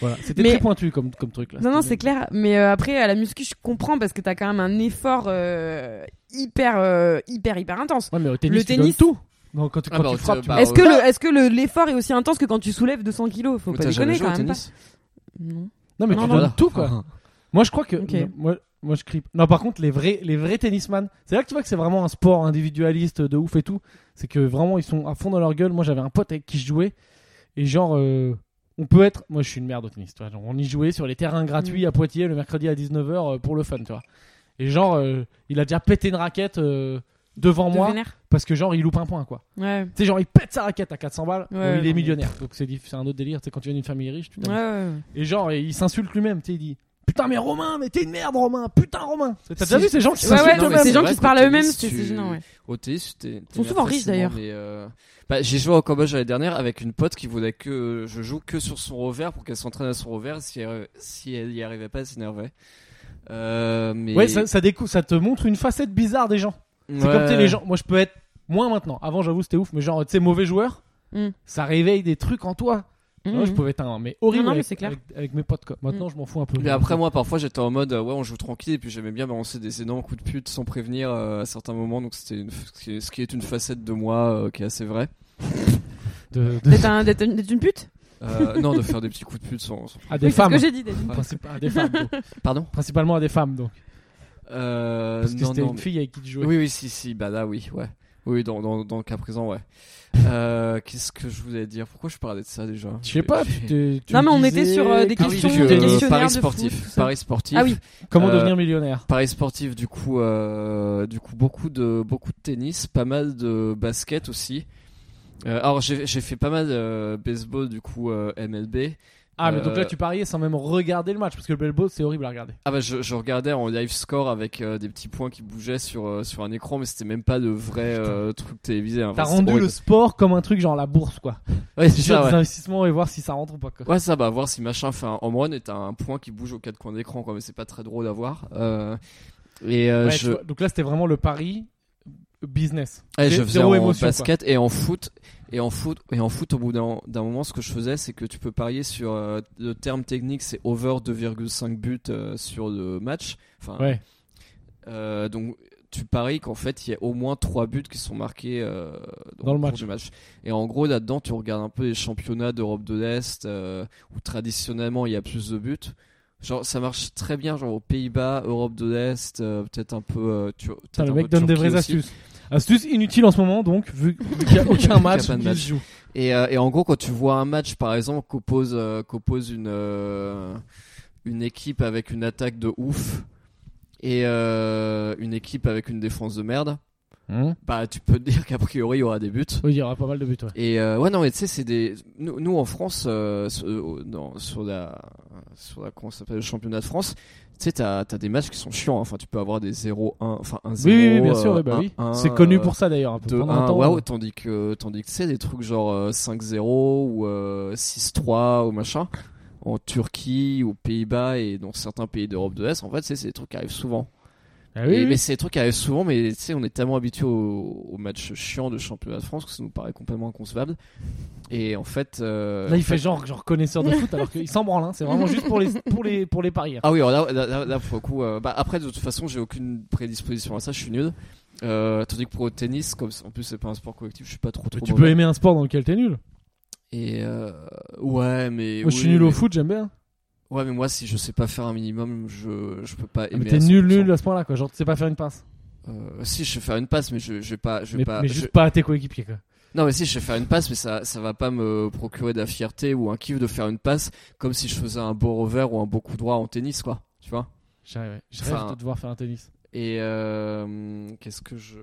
Speaker 1: Voilà, c'était
Speaker 2: Mais-
Speaker 1: très pointu comme, comme truc là.
Speaker 2: Non, non,
Speaker 1: C'était-
Speaker 2: c'est clair. Mais euh, après, à la muscu, je comprends parce que t'as quand même un effort euh, hyper, euh, hyper, hyper intense.
Speaker 1: Ouais, mais au tennis,
Speaker 2: Le
Speaker 1: tu
Speaker 2: tennis-
Speaker 1: donnes tout. Non, quand tu,
Speaker 3: Ah
Speaker 1: quand
Speaker 3: bah,
Speaker 1: tu
Speaker 3: tu-
Speaker 1: frappes, tu
Speaker 3: bah, Ah,
Speaker 2: Est-ce
Speaker 3: ouais.
Speaker 2: que le, est-ce que le- l'effort est aussi intense que quand tu soulèves 200 kilos Faut
Speaker 3: Mais
Speaker 2: pas
Speaker 3: t'as jamais
Speaker 2: déconner
Speaker 3: joué au
Speaker 2: quand même. Pas.
Speaker 3: tennis
Speaker 2: Non.
Speaker 1: Non, mais
Speaker 2: Non,
Speaker 1: tu
Speaker 2: non.
Speaker 1: donnes tout, quoi. Moi, je crois que.
Speaker 2: Ok.
Speaker 1: non, moi, moi, je crie. Non, par contre, les vrais, les vrais tennisman, c'est là que tu vois que c'est vraiment un sport individualiste de ouf et tout. C'est que vraiment, ils sont à fond dans leur gueule. Moi, j'avais un pote avec qui je jouais. Et genre, euh, on peut être. Moi, je suis une merde au tennis, tu vois. Genre, on y jouait sur les terrains gratuits
Speaker 2: Mm.
Speaker 1: à Poitiers le mercredi à 19h pour le fun, tu vois. Et genre, euh, il a déjà pété une raquette euh, devant
Speaker 2: De
Speaker 1: moi
Speaker 2: vénère.
Speaker 1: parce que, genre, il loupe un point, quoi.
Speaker 2: Ouais.
Speaker 1: Tu sais, genre, il pète sa raquette à 400 balles,
Speaker 2: Ouais,
Speaker 1: bon,
Speaker 2: ouais,
Speaker 1: il est
Speaker 2: non,
Speaker 1: millionnaire. Donc, c'est diff- c'est un autre délire. Tu sais, quand tu viens d'une famille riche, tu
Speaker 2: Ouais, ouais.
Speaker 1: Et genre, et il s'insulte lui-même. Tu sais, il dit Putain, mais Romain, mais t'es une merde, Romain. Putain, Romain. T'as déjà
Speaker 3: Si.
Speaker 1: vu ces gens qui
Speaker 2: Ouais, ouais,
Speaker 1: s'insultent
Speaker 2: non, mais
Speaker 1: eux-mêmes
Speaker 2: c'est des gens qui
Speaker 3: vrai
Speaker 2: se
Speaker 3: qu'au
Speaker 2: parlent à eux-mêmes,
Speaker 3: tennis,
Speaker 2: c'est-
Speaker 3: tu-
Speaker 2: c'est gênant, ouais.
Speaker 3: Au tennis, tu t'es.
Speaker 2: sont souvent riches, d'ailleurs.
Speaker 3: Bah, j'ai joué au Cambodge l'année dernière avec une pote qui voulait que je joue que sur son revers pour qu'elle s'entraîne à son revers. Si elle, si elle y arrivait pas, elle s'énervait. Euh, mais...
Speaker 1: Ouais, ça, ça, décou- ça te montre une facette bizarre des gens. C'est comme tu sais, les gens. Moi, je peux être moins maintenant. Avant, j'avoue, c'était ouf, mais genre, tu sais, mauvais joueur,
Speaker 2: Mm.
Speaker 1: ça réveille des trucs en toi.
Speaker 2: Mhm.
Speaker 1: Moi, je pouvais être un, mais horrible
Speaker 2: Non, non, mais
Speaker 1: avec,
Speaker 2: c'est clair. Mm.
Speaker 1: avec, avec mes potes. Quoi. Maintenant, je m'en fous un peu.
Speaker 3: Mais après, moi, parfois, j'étais en mode, euh, ouais, on joue tranquille, et puis j'aimais bien balancer des énormes coups de pute sans prévenir euh, à certains moments, donc c'était une f- ce qui est- ce qui est une facette de moi euh, qui est assez vraie.
Speaker 1: De, de-
Speaker 2: D'être un- d'être une d'être une pute
Speaker 3: Euh, non, de faire des petits coups de pute sans. sans-
Speaker 1: à des
Speaker 2: Oui, C'est ce
Speaker 1: femmes.
Speaker 2: que j'ai dit. d'être une pute.
Speaker 1: Princip- à des femmes donc.
Speaker 2: [LAUGHS]
Speaker 3: Pardon
Speaker 1: Principalement à des femmes, donc.
Speaker 3: euh,
Speaker 1: Parce que
Speaker 3: non,
Speaker 1: c'était
Speaker 3: non,
Speaker 1: une
Speaker 3: mais-
Speaker 1: fille avec qui tu jouais.
Speaker 3: Oui, oui, si, si, bah là, oui, ouais. Oui, dans, dans, dans le cas présent, ouais. Euh, Qu'est-ce que je voulais dire Pourquoi je parlais de ça déjà Ah
Speaker 1: Je sais pas, tu t'es- tu
Speaker 2: Non, mais on
Speaker 1: disais
Speaker 2: était sur, euh, des
Speaker 1: que tu
Speaker 2: questions,
Speaker 1: disais
Speaker 2: des
Speaker 1: que-
Speaker 2: questions. questionnaires
Speaker 3: Paris
Speaker 2: de foot,
Speaker 3: sportif.
Speaker 2: tout ça.
Speaker 3: Paris sportif.
Speaker 2: Ah oui.
Speaker 1: Comment
Speaker 3: Euh,
Speaker 1: devenir millionnaire
Speaker 3: Paris sportif, du coup, euh, du coup beaucoup, de, beaucoup de tennis, pas mal de basket aussi. Euh, alors, j'ai j'ai fait pas mal de baseball, du coup, euh, MLB.
Speaker 1: Ah, mais donc là,
Speaker 3: euh,
Speaker 1: tu pariais sans même regarder le match, parce que le Belbo, c'est horrible à regarder.
Speaker 3: Ah bah, je, je regardais en live score avec euh, des petits points qui bougeaient sur, euh, sur un écran, mais c'était même pas de vrai euh, truc télévisé. hein.
Speaker 1: T'as
Speaker 3: Enfin,
Speaker 1: rendu
Speaker 3: c'était
Speaker 1: le
Speaker 3: horrible.
Speaker 1: sport comme un truc genre la bourse, quoi.
Speaker 3: Ouais, c'est
Speaker 1: Tu fais
Speaker 3: ça,
Speaker 1: des
Speaker 3: ouais.
Speaker 1: investissements et voir si ça rentre ou pas, quoi.
Speaker 3: Ouais, ça, bah, voir si machin fait un home run et t'as un point qui bouge aux quatre coins d'écran, quoi, mais c'est pas très drôle à voir. Euh, et euh,
Speaker 1: Ouais, tu
Speaker 3: je,
Speaker 1: vois, donc là, c'était vraiment le pari business.
Speaker 3: eh,
Speaker 1: Zé-
Speaker 3: je faisais
Speaker 1: zéro
Speaker 3: en
Speaker 1: émotion, quoi.
Speaker 3: basket et en foot. Et en foot, et en foot au bout d'un d'un moment, ce que je faisais, c'est que tu peux parier sur euh, le terme technique, c'est over 2,5 buts euh, sur le match. Enfin,
Speaker 1: Ouais.
Speaker 3: euh, donc tu paries qu'en fait il y a au moins trois buts qui sont marqués euh,
Speaker 1: Dans le
Speaker 3: au cours
Speaker 1: match.
Speaker 3: du match. Et en gros là-dedans tu regardes un peu les championnats d'Europe de l'Est euh, où traditionnellement il y a plus de buts. Genre ça marche très bien genre aux Pays-Bas, Europe de l'Est, euh, peut-être un peu. euh, tu,
Speaker 1: Putain,
Speaker 3: peut-être
Speaker 1: le
Speaker 3: un
Speaker 1: mec
Speaker 3: peu
Speaker 1: donne des
Speaker 3: Turquie
Speaker 1: vraies
Speaker 3: aussi.
Speaker 1: astuces. Astuces inutiles en ce moment, donc, vu, vu
Speaker 3: [LAUGHS]
Speaker 1: qu'il n'y a aucun match
Speaker 3: pas de
Speaker 1: qui
Speaker 3: match.
Speaker 1: se joue.
Speaker 3: Et, euh, et en gros, quand tu vois un match, par exemple, qu'oppose euh, qu'oppose une, euh, une équipe avec une attaque de ouf et euh, une équipe avec une défense de merde,
Speaker 1: Hein
Speaker 3: bah tu peux te [LAUGHS] dire qu'a priori il y aura des buts.
Speaker 1: oui, il y aura pas mal de buts, ouais.
Speaker 3: Et euh, ouais, non, mais tu sais, c'est des. Nous, nous, en France, euh, sur, euh, dans- sur la. Sur la. Comment ça s'appelle Le championnat de France, tu sais, t'as as des matchs qui sont chiants. hein. Enfin, tu peux avoir des 0-1. Enfin, 1-0.
Speaker 1: Oui, oui, oui, bien sûr,
Speaker 3: euh,
Speaker 1: ouais, bah oui.
Speaker 3: 1-1,
Speaker 1: C'est connu
Speaker 3: euh,
Speaker 1: pour ça d'ailleurs, un peu.
Speaker 3: de
Speaker 1: Pendant un
Speaker 3: 1
Speaker 1: temps,
Speaker 3: waouh
Speaker 1: euh,
Speaker 3: tandis que tandis que c'est des trucs genre euh, 5-0 ou euh, 6-3 ou machin en Turquie ou Pays-Bas et dans certains pays d'Europe de l'Est en fait c'est c'est des trucs qui arrivent souvent
Speaker 1: ah oui,
Speaker 3: Et-
Speaker 1: oui.
Speaker 3: mais c'est des trucs qui arrivent souvent mais tu sais on est tellement habitué aux, aux matchs chiants de championnat de France que ça nous paraît complètement inconcevable et en fait euh,
Speaker 1: Là,
Speaker 3: en
Speaker 1: il fait
Speaker 3: fait-
Speaker 1: genre, genre connaisseur
Speaker 3: [LAUGHS]
Speaker 1: de foot, alors qu'il s'en branle, hein. C'est vraiment juste pour les, pour les, pour les paris.
Speaker 3: ah oui alors là, là, là- là, pour le coup euh, bah, après de toute façon j'ai aucune prédisposition à ça je suis nul euh, tandis que pour le tennis comme en plus c'est pas un sport collectif je suis pas trop trop
Speaker 1: tu
Speaker 3: mauvais.
Speaker 1: peux aimer un sport dans lequel t'es nul.
Speaker 3: et euh, ouais mais
Speaker 1: Moi, je suis
Speaker 3: oui,
Speaker 1: nul au
Speaker 3: mais-
Speaker 1: foot, j'aime bien.
Speaker 3: Ouais, mais moi, si je sais pas faire un minimum, je, je peux pas
Speaker 1: Ah, mais
Speaker 3: aimer.
Speaker 1: t'es
Speaker 3: à
Speaker 1: nul,
Speaker 3: 100%.
Speaker 1: nul à ce point-là, quoi. Genre, tu sais pas faire une passe.
Speaker 3: Euh, si, je vais faire une passe, mais je, je vais pas. Je vais
Speaker 1: Mais,
Speaker 3: pas
Speaker 1: mais
Speaker 3: je-
Speaker 1: juste pas à tes coéquipiers, quoi.
Speaker 3: Non, mais si, je vais faire une passe, mais ça, ça va pas me procurer de la fierté ou un kiff de faire une passe comme si je faisais un beau revers ou un beau coup droit en tennis, quoi. Tu vois
Speaker 1: J'arrive, ouais. je
Speaker 3: Enfin,
Speaker 1: rêve de devoir faire un tennis.
Speaker 3: Et euh, qu'est-ce que je.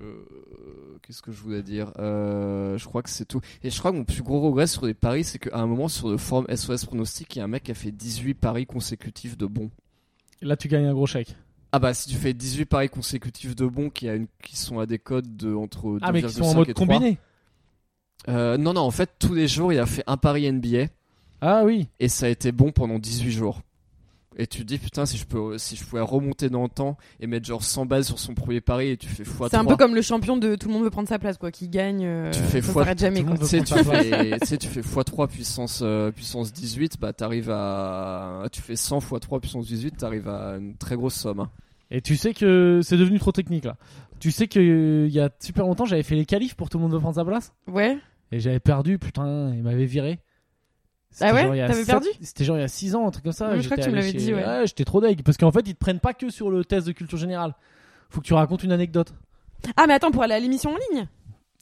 Speaker 3: Qu'est-ce que je voulais dire Euh, Je crois que c'est tout. Et je crois que mon plus gros regret sur les paris, c'est qu'à un moment, sur le forum SOS Pronostic, il y a un mec qui a fait 18 paris consécutifs de bons.
Speaker 1: Là, tu gagnes un gros chèque.
Speaker 3: Ah bah si tu fais 18 paris consécutifs de bons qui, a une, qui sont à des codes de entre 2,5
Speaker 1: Ah, mais qui sont en
Speaker 3: et
Speaker 1: mode
Speaker 3: 3.
Speaker 1: combiné.
Speaker 3: Euh, non non en fait tous les jours il a fait un pari NBA
Speaker 1: Ah oui.
Speaker 3: et ça a été bon pendant 18 jours. Et tu te dis putain si je peux si je pouvais remonter dans le temps et mettre genre 100 balles sur son premier pari et tu fais x3.
Speaker 2: C'est un peu comme le champion de tout le monde veut prendre sa place, quoi, qui gagne. euh,
Speaker 3: Tu fais
Speaker 2: ça
Speaker 3: fois-
Speaker 2: s'arrête jamais,
Speaker 1: tout le
Speaker 2: quoi.
Speaker 1: monde
Speaker 3: tu sais,
Speaker 1: veut
Speaker 3: tu
Speaker 1: prendre sa
Speaker 3: fais, tu sais, tu fais x3 puissance, euh, puissance 18, bah t'arrives à. Tu fais 100 x3 puissance 18, t'arrives à une très grosse somme. hein.
Speaker 1: Et tu sais que c'est devenu trop technique, là. Tu sais que euh, il y a super longtemps, j'avais fait les qualifs pour tout le monde veut prendre sa place.
Speaker 2: Ouais.
Speaker 1: Et j'avais perdu, putain, il m'avait viré. C'était
Speaker 2: Ah ouais
Speaker 1: genre il y a
Speaker 2: T'avais
Speaker 1: sept-
Speaker 2: perdu
Speaker 1: C'était genre il y a 6 ans, un truc comme ça.
Speaker 2: Ouais, je
Speaker 1: J'étais
Speaker 2: crois que tu me
Speaker 1: allé
Speaker 2: l'avais
Speaker 1: chez-
Speaker 2: dit, ouais.
Speaker 1: j'étais trop deg. Parce qu'en fait, ils te prennent pas que sur le test de culture générale. Faut que tu racontes une anecdote.
Speaker 2: Ah, mais attends, pour aller à l'émission en ligne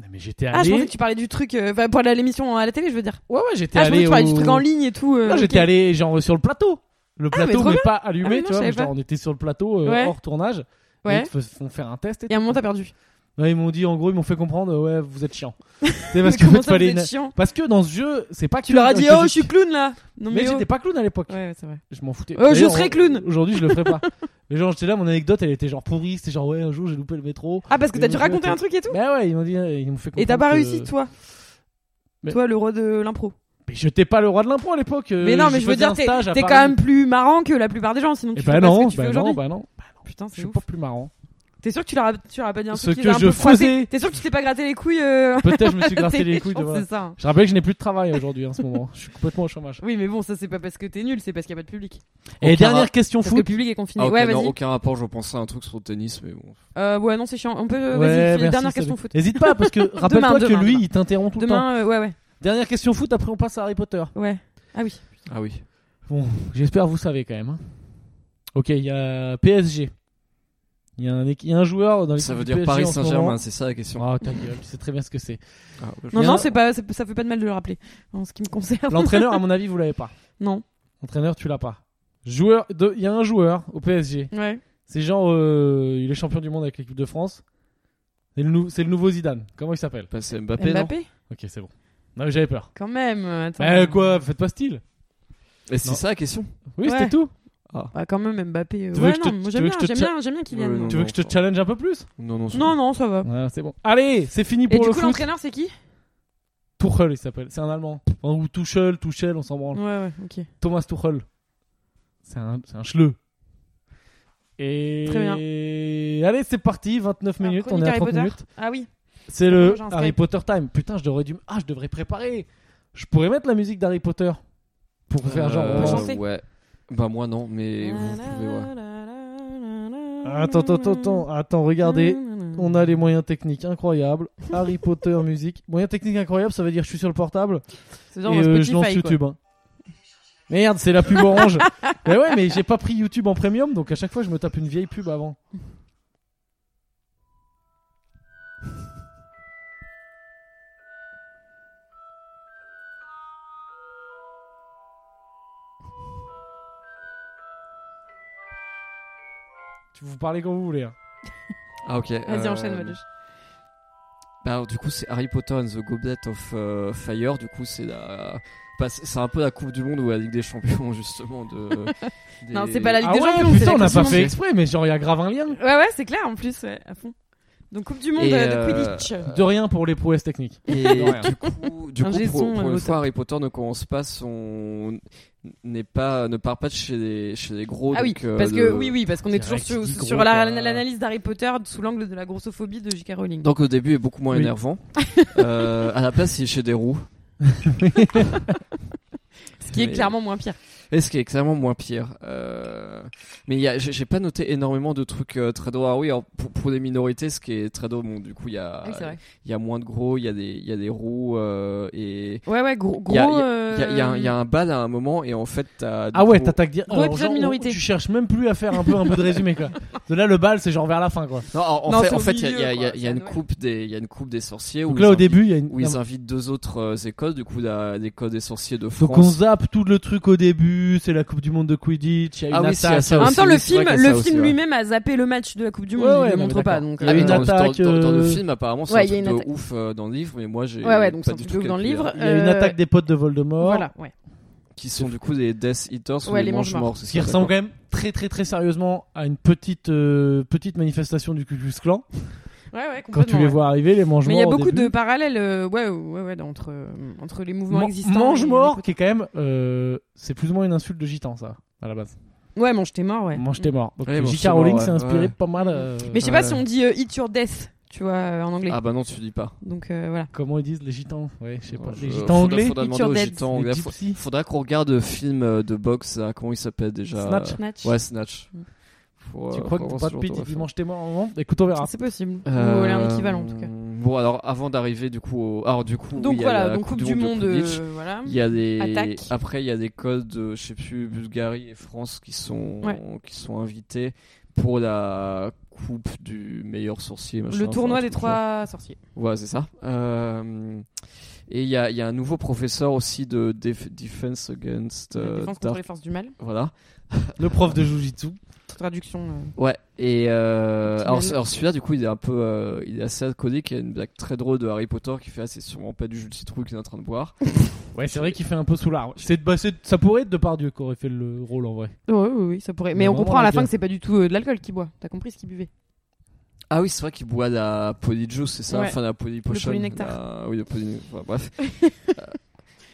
Speaker 1: Mais j'étais
Speaker 2: Ah, je
Speaker 1: allé.
Speaker 2: pensais que tu parlais du truc. euh, enfin, pour aller à l'émission à la télé, je veux dire.
Speaker 1: Ouais, ouais, j'étais
Speaker 2: Ah, je pensais
Speaker 1: allé.
Speaker 2: que tu parlais
Speaker 1: au-
Speaker 2: du truc en ligne et tout. euh,
Speaker 1: Non,
Speaker 2: ok.
Speaker 1: j'étais allé genre sur le plateau. Le
Speaker 2: mais
Speaker 1: plateau,
Speaker 2: trop
Speaker 1: mais,
Speaker 2: bien.
Speaker 1: pas
Speaker 2: Ah, mais
Speaker 1: allumé,
Speaker 2: non,
Speaker 1: tu vois.
Speaker 2: je
Speaker 1: mais
Speaker 2: savais
Speaker 1: genre,
Speaker 2: pas.
Speaker 1: on était sur le plateau euh,
Speaker 2: Ouais.
Speaker 1: hors tournage. Et
Speaker 2: Ouais.
Speaker 1: Ils te f- font faire un test. Et,
Speaker 2: Et à un moment, t'as perdu.
Speaker 1: tout. Ouais, ils m'ont dit, en gros, ils m'ont fait comprendre, euh, ouais, vous êtes
Speaker 2: [LAUGHS]
Speaker 1: chiant. c'est parce que
Speaker 2: Comment
Speaker 1: en fait,
Speaker 2: ça, vous
Speaker 1: fallait
Speaker 2: êtes
Speaker 1: une-
Speaker 2: chiant
Speaker 1: Parce que dans ce jeu, c'est pas
Speaker 2: Tu leur as
Speaker 1: que-
Speaker 2: dit,
Speaker 1: que
Speaker 2: oh,
Speaker 1: j'ai-
Speaker 2: je suis clown là Non,
Speaker 1: Mais
Speaker 2: mais. oh.
Speaker 1: j'étais pas clown à l'époque.
Speaker 2: Ouais, ouais, c'est vrai.
Speaker 1: Je m'en foutais.
Speaker 2: Euh, je
Speaker 1: D'ailleurs,
Speaker 2: serai
Speaker 1: euh,
Speaker 2: clown.
Speaker 1: Aujourd'hui, je le
Speaker 2: [LAUGHS]
Speaker 1: ferai pas. Mais genre, j'étais là, mon anecdote, elle était genre pourrie. C'était genre, ouais, un jour, j'ai loupé le métro.
Speaker 2: Ah, parce que
Speaker 1: Et
Speaker 2: t'as dû
Speaker 1: aujourd'hui,
Speaker 2: raconter
Speaker 1: t'es-
Speaker 2: un truc et tout
Speaker 1: Mais ouais, ils m'ont dit, euh, ils m'ont fait comprendre.
Speaker 2: Et t'as pas
Speaker 1: que-
Speaker 2: réussi, toi
Speaker 1: Mais-
Speaker 2: Toi, le roi de l'impro.
Speaker 1: Mais j'étais pas le roi de l'impro à l'époque. euh,
Speaker 2: Mais non, mais
Speaker 1: j'ai
Speaker 2: je veux
Speaker 1: fait
Speaker 2: dire,
Speaker 1: un
Speaker 2: t'es
Speaker 1: stage à
Speaker 2: t'es quand
Speaker 1: Paris.
Speaker 2: même plus marrant que la plupart des gens, sinon
Speaker 1: Eh
Speaker 2: tu
Speaker 1: ben
Speaker 2: fais pas ce
Speaker 1: non,
Speaker 2: que tu fais
Speaker 1: bah non,
Speaker 2: aujourd'hui.
Speaker 1: bah non.
Speaker 2: Putain,
Speaker 1: Je
Speaker 2: c'est
Speaker 1: suis
Speaker 2: ouf.
Speaker 1: pas plus marrant.
Speaker 2: T'es sûr que tu leur as, tu leur as pas dit un
Speaker 1: Ce
Speaker 2: truc qui
Speaker 1: que
Speaker 2: les a un
Speaker 1: je
Speaker 2: peu froissés
Speaker 1: faisais.
Speaker 2: T'es sûr que tu t'es pas gratté les couilles euh,
Speaker 1: Peut-être je
Speaker 2: [LAUGHS]
Speaker 1: me suis gratté
Speaker 2: t'es
Speaker 1: les couilles. de-
Speaker 2: méchant,
Speaker 1: voilà.
Speaker 2: C'est ça. hein.
Speaker 1: Je rappelle que je n'ai plus de travail aujourd'hui en ce moment. Je suis complètement au chômage.
Speaker 2: Oui, mais bon, ça c'est pas parce que t'es nul, c'est parce qu'il y a pas de public.
Speaker 1: Et
Speaker 3: Aucun
Speaker 1: dernière
Speaker 3: rap-
Speaker 1: question
Speaker 2: Parce que le
Speaker 1: foot.
Speaker 2: public est confiné.
Speaker 3: Ah, ok,
Speaker 2: ouais,
Speaker 3: non,
Speaker 2: vas-y.
Speaker 3: aucun rapport, je pensais à un truc sur le tennis, mais bon.
Speaker 2: Euh, ouais, non, c'est chiant. On peut. euh,
Speaker 1: Ouais,
Speaker 2: vas-y, fais
Speaker 1: merci,
Speaker 2: les dernières
Speaker 1: salut.
Speaker 2: questions foot.
Speaker 1: Hésite pas parce que
Speaker 2: [LAUGHS] Demain,
Speaker 1: rappelle-toi que
Speaker 2: demain,
Speaker 1: lui,
Speaker 2: demain.
Speaker 1: il t'interrompt tout le temps.
Speaker 2: Demain, euh, ouais, ouais.
Speaker 1: Dernière question foot, après on passe à Harry Potter.
Speaker 2: Ouais. Ah oui.
Speaker 3: Ah oui.
Speaker 1: Bon, j'espère que vous savez quand même. hein. Ok, il y a PSG. Il y, a un équi- il y a un joueur dans l'équipe
Speaker 3: Ça veut
Speaker 1: du
Speaker 3: dire
Speaker 1: PSG
Speaker 3: Paris
Speaker 1: en ce
Speaker 3: Saint-Germain,
Speaker 1: moment.
Speaker 3: c'est ça la question.
Speaker 1: Oh, ta gueule, tu sais très bien ce que
Speaker 2: [LAUGHS]
Speaker 1: c'est.
Speaker 3: Ah, ouais, je-
Speaker 2: Non,
Speaker 1: Bien.
Speaker 2: non, c'est pas, c'est- ça fait pas de mal de le rappeler. En ce qui me concerne.
Speaker 1: L'entraîneur, à mon avis, vous l'avez pas.
Speaker 2: Non.
Speaker 1: Entraîneur, tu l'as pas. Joueur, de- il y a un joueur au PSG.
Speaker 2: Ouais.
Speaker 1: C'est genre, euh, il est champion du monde avec l'équipe de France. C'est le, nou- c'est le nouveau Zidane. Comment il s'appelle
Speaker 3: Bah, c'est Mbappé, non
Speaker 2: Mbappé
Speaker 1: Ok, c'est bon. Non, mais j'avais peur.
Speaker 2: Quand même. euh, Attends.
Speaker 1: Bah quoi, faites pas style.
Speaker 3: Et c'est
Speaker 1: Non.
Speaker 3: ça la question
Speaker 1: Oui,
Speaker 2: Ouais.
Speaker 1: c'était tout.
Speaker 2: Bah, quand même, Mbappé. euh,
Speaker 1: Tu veux
Speaker 2: Ouais,
Speaker 1: que je
Speaker 2: non,
Speaker 1: te-
Speaker 2: moi,
Speaker 1: tu
Speaker 2: j'aime
Speaker 1: veux
Speaker 2: bien,
Speaker 1: que je te
Speaker 2: j'aime bien, j'aime bien Kylian.
Speaker 3: Ouais, non.
Speaker 1: tu veux que je te challenge un peu plus
Speaker 3: Non, non, c'est-
Speaker 2: Non, non, ça va.
Speaker 1: Ouais, c'est bon. Allez, c'est fini
Speaker 2: Et
Speaker 1: pour
Speaker 2: du
Speaker 1: le
Speaker 2: coup,
Speaker 1: foot.
Speaker 2: l'entraîneur, c'est qui
Speaker 1: Tuchel, il s'appelle. C'est un Allemand. Enfin, Ou Tuchel, Tuchel, on s'en branle.
Speaker 2: Ouais, ouais, ok.
Speaker 1: Thomas Tuchel. C'est un, c'est un cheleu. Et
Speaker 2: Très
Speaker 1: allez, c'est parti, 29
Speaker 2: Alors,
Speaker 1: minutes, on
Speaker 2: chronique
Speaker 1: est à
Speaker 2: Harry
Speaker 1: 30
Speaker 2: Potter.
Speaker 1: minutes.
Speaker 2: Ah oui.
Speaker 1: C'est le
Speaker 2: J'inscris.
Speaker 1: Harry Potter Time. Putain, je devrais dû... Ah, je devrais préparer. Je pourrais mettre la musique d'Harry Potter pour faire genre.
Speaker 3: Euh,
Speaker 2: peut chanter.
Speaker 3: Ouais. Bah moi non, mais vous pouvez. Ouais.
Speaker 1: Attends, attends, attends, attends, attends, regardez. On a les moyens techniques incroyables. Harry Potter musique. Moyens techniques incroyables, ça veut dire je suis sur le portable
Speaker 2: C'est genre
Speaker 1: et
Speaker 2: dans
Speaker 1: euh,
Speaker 2: Spotify,
Speaker 1: je lance
Speaker 2: quoi.
Speaker 1: YouTube. hein. Merde, c'est la pub
Speaker 2: [LAUGHS]
Speaker 1: orange. mais ouais, mais j'ai pas pris YouTube en premium, donc à chaque fois je me tape une vieille pub avant. Tu Vous parlez quand vous voulez. hein.
Speaker 3: Ah ok.
Speaker 2: Vas-y,
Speaker 3: euh,
Speaker 2: enchaîne, Maluche.
Speaker 3: Bah, alors, du coup, c'est Harry Potter and the Goblet of euh, Fire. Du coup, c'est la... bah, c'est c'est un peu la Coupe du Monde ou la Ligue des Champions, [LAUGHS] justement. De... des-
Speaker 2: [LAUGHS] Non, c'est pas la Ligue
Speaker 1: Ah
Speaker 2: des
Speaker 1: ouais,
Speaker 2: Champions. c'est
Speaker 1: putain,
Speaker 2: la
Speaker 1: on n'a
Speaker 2: Coupe
Speaker 1: pas
Speaker 2: du
Speaker 1: fait
Speaker 2: Monde.
Speaker 1: exprès, mais genre il y a grave un lien.
Speaker 2: Ouais, ouais, c'est clair en plus, ouais, à fond. Donc, Coupe du Monde
Speaker 3: Et,
Speaker 2: euh, de
Speaker 3: euh,
Speaker 2: Quidditch.
Speaker 1: De rien pour les prouesses techniques.
Speaker 3: Et
Speaker 1: Ouais.
Speaker 3: du coup, du
Speaker 2: Un
Speaker 3: coup,
Speaker 2: G
Speaker 3: pour,
Speaker 2: son,
Speaker 3: pour
Speaker 2: euh,
Speaker 3: une
Speaker 2: au
Speaker 3: fois,
Speaker 2: top.
Speaker 3: Harry Potter ne commence pas son n'est pas ne part pas de chez les chez les gros.
Speaker 2: Ah oui,
Speaker 3: donc, euh,
Speaker 2: parce que
Speaker 3: le-
Speaker 2: oui, oui, parce qu'on est toujours
Speaker 1: Direct,
Speaker 2: sur,
Speaker 1: il dit
Speaker 2: sur
Speaker 1: gros,
Speaker 2: la-
Speaker 1: quoi.
Speaker 2: l'analyse d'Harry Potter sous l'angle de la grossophobie de J.K. Rowling.
Speaker 3: Donc le début est beaucoup moins
Speaker 1: Oui.
Speaker 3: énervant. Euh, à la place, il est chez des roues.
Speaker 2: ce qui est
Speaker 3: mais-
Speaker 2: clairement moins pire.
Speaker 3: Et ce qui est clairement moins pire. Euh, Mais il y a- j'ai j'ai pas noté énormément de trucs euh, trado. Ah oui, alors, pour, pour les minorités, ce qui est trado, bon, du coup, il y a
Speaker 2: Oui, c'est vrai.
Speaker 3: il y a moins de gros, il y a des il y a des roues euh, et
Speaker 2: Ouais, ouais, gros.
Speaker 3: il y a-
Speaker 2: gros,
Speaker 3: il y a, il y a un- il y a un bal à un moment et en fait t'as du
Speaker 1: Ah ouais,
Speaker 3: coup-
Speaker 1: t'attaques dire.
Speaker 2: Gros épisode minorité.
Speaker 1: Tu cherches même plus à faire un peu un peu de résumé quoi. De là le bal c'est genre vers la fin quoi.
Speaker 3: Non, en, en
Speaker 2: Non,
Speaker 3: fait,
Speaker 2: c'est
Speaker 3: en
Speaker 2: au
Speaker 3: fait, il y a, il y
Speaker 2: milieu,
Speaker 3: a- il y a-
Speaker 2: quoi,
Speaker 3: il y a
Speaker 2: c'est
Speaker 3: une
Speaker 2: à
Speaker 3: coupe des, il y a une coupe des sorciers
Speaker 1: Donc
Speaker 3: où
Speaker 1: là
Speaker 3: ils
Speaker 1: au
Speaker 3: invitent-
Speaker 1: début il y a une.
Speaker 3: où ils invitent deux autres euh, écoles, du coup la- l'école des sorciers de
Speaker 1: Faut qu'on
Speaker 3: France.
Speaker 1: zappe tout le truc au début. C'est la Coupe du Monde de Quidditch. Il y a
Speaker 3: Ah
Speaker 1: une
Speaker 3: oui, c'est à
Speaker 1: attaque.
Speaker 3: ça
Speaker 2: En même
Speaker 3: aussi,
Speaker 2: temps,
Speaker 3: oui,
Speaker 2: le
Speaker 3: c'est vrai
Speaker 2: film,
Speaker 3: qu'il y a ça
Speaker 2: le
Speaker 3: aussi,
Speaker 2: film
Speaker 3: ouais.
Speaker 2: lui-même a zappé le match de la Coupe du Monde.
Speaker 1: Ouais,
Speaker 2: il
Speaker 1: ouais,
Speaker 2: le
Speaker 1: non,
Speaker 2: montre
Speaker 1: mais
Speaker 2: pas.
Speaker 1: d'accord.
Speaker 2: Donc,
Speaker 1: Il y a
Speaker 3: Ah oui,
Speaker 1: une
Speaker 3: dans,
Speaker 2: euh,
Speaker 3: le- dans-
Speaker 1: attaque,
Speaker 3: dans- dans le
Speaker 1: euh,
Speaker 3: film apparemment c'est
Speaker 2: ouais,
Speaker 3: un
Speaker 2: il y a
Speaker 3: truc
Speaker 2: une
Speaker 3: de
Speaker 2: attaque.
Speaker 3: ouf euh, dans le livre, mais moi j'ai
Speaker 2: Ouais, ouais, donc
Speaker 3: pas
Speaker 2: c'est un
Speaker 3: du
Speaker 2: truc
Speaker 3: tout
Speaker 2: de ouf dans le
Speaker 3: calculé.
Speaker 2: livre.
Speaker 1: Il y a une
Speaker 2: Euh,
Speaker 1: attaque des potes de Voldemort.
Speaker 2: Voilà, ouais.
Speaker 3: Qui sont du coup des Death Eaters ou
Speaker 2: Ouais,
Speaker 3: les
Speaker 2: les
Speaker 3: manches morts.
Speaker 2: Manches-Morts.
Speaker 3: c'est
Speaker 1: Ce qui
Speaker 3: ça,
Speaker 1: ressemble
Speaker 3: d'accord.
Speaker 1: quand même très très très sérieusement à une petite euh, petite manifestation du Ku Klux Klan.
Speaker 2: Ouais, ouais, complètement.
Speaker 1: Quand tu les
Speaker 2: ouais.
Speaker 1: vois arriver, les mange
Speaker 2: Mais il y a beaucoup de parallèles euh, ouais, ouais, ouais, entre, euh, entre les mouvements existants.
Speaker 1: Mange
Speaker 2: et-
Speaker 1: mort, qui est quand même, euh, c'est plus ou moins une insulte de gitan ça, à la base.
Speaker 2: Ouais, mange t'es mort, ouais.
Speaker 1: Mange t'es mort. Donc
Speaker 3: Ouais, mange
Speaker 1: J.K.
Speaker 3: t'es mort,
Speaker 1: Rowling
Speaker 3: ouais.
Speaker 1: s'est inspiré
Speaker 3: Ouais.
Speaker 1: pas mal. euh,
Speaker 2: Mais je sais pas
Speaker 3: Ouais.
Speaker 2: si on dit euh, eat your death, tu vois, euh, en anglais.
Speaker 3: Ah bah non, tu dis pas.
Speaker 2: Donc euh, voilà.
Speaker 1: Comment ils disent les gitans Ouais, je sais pas.
Speaker 3: Euh,
Speaker 1: Les
Speaker 3: faudra-
Speaker 1: gitans anglais
Speaker 3: Faudra
Speaker 2: Eat
Speaker 3: demander
Speaker 2: your
Speaker 3: aux
Speaker 2: dead.
Speaker 3: gitans
Speaker 1: Les
Speaker 3: anglais. Faut-
Speaker 1: gypsies
Speaker 3: Faudra qu'on regarde le film euh, de boxe, là, comment il s'appelle déjà euh,
Speaker 1: Snatch.
Speaker 2: Snatch.
Speaker 3: Ouais, Snatch.
Speaker 2: Mm.
Speaker 3: Faut,
Speaker 1: Tu
Speaker 3: euh,
Speaker 1: crois que
Speaker 3: faut avoir
Speaker 1: Brad
Speaker 3: ce
Speaker 1: Pitt
Speaker 3: genre
Speaker 1: il
Speaker 3: de référence.
Speaker 1: mange tes morts à un moment Écoute, on verra.
Speaker 2: C'est possible. Ou
Speaker 3: Euh,
Speaker 2: un équivalent en tout cas.
Speaker 3: Bon, alors avant d'arriver du coup au. Alors, du coup,
Speaker 2: Donc
Speaker 3: il y a
Speaker 2: voilà,
Speaker 3: la
Speaker 2: donc Coupe du
Speaker 3: de
Speaker 2: Monde,
Speaker 3: Quidditch.
Speaker 2: euh, voilà.
Speaker 3: Il y a des.
Speaker 2: Attaque.
Speaker 3: Après, il y a des codes de, je sais plus, Bulgarie et France qui sont,
Speaker 2: Ouais.
Speaker 3: qui sont invités pour la coupe du meilleur sorcier. machin,
Speaker 2: Le tournoi
Speaker 3: enfin,
Speaker 2: des
Speaker 3: tout le genre.
Speaker 2: trois sorciers.
Speaker 3: Ouais, c'est ça. Euh, et il y a, il y a un nouveau professeur aussi de def- Defense Against
Speaker 2: La
Speaker 3: euh,
Speaker 2: défense contre
Speaker 3: Dark.
Speaker 2: les forces du mal.
Speaker 3: Voilà.
Speaker 1: Le prof de Jujitsu.
Speaker 2: Traduction. euh,
Speaker 3: Ouais, et euh,
Speaker 2: Petit
Speaker 3: alors,
Speaker 2: malin.
Speaker 3: alors celui-là, du coup, il est un peu. euh, il est assez alcoolique. Il y a une blague très drôle de Harry Potter qui fait Ah, c'est sûrement pas du jus de citrouille qu'il est en train de boire.
Speaker 1: Ouais, c'est vrai qu'il fait un peu soulard. ouais. C'est, bah, c'est- ça pourrait être Depardieu qui aurait fait le rôle en vrai.
Speaker 2: Ouais, oui, oui, ça pourrait. Mais
Speaker 1: Mais
Speaker 2: on
Speaker 1: vraiment,
Speaker 2: comprend à la
Speaker 1: les
Speaker 2: fin
Speaker 1: gars.
Speaker 2: que c'est pas du tout euh, de l'alcool qu'il boit. T'as compris ce qu'il buvait.
Speaker 3: Ah oui, c'est vrai qu'il boit la polyjuice, c'est ça
Speaker 2: Ouais.
Speaker 3: Enfin, la polypotion. euh,
Speaker 2: Le polynectar.
Speaker 3: Oui, le poly... enfin, bref.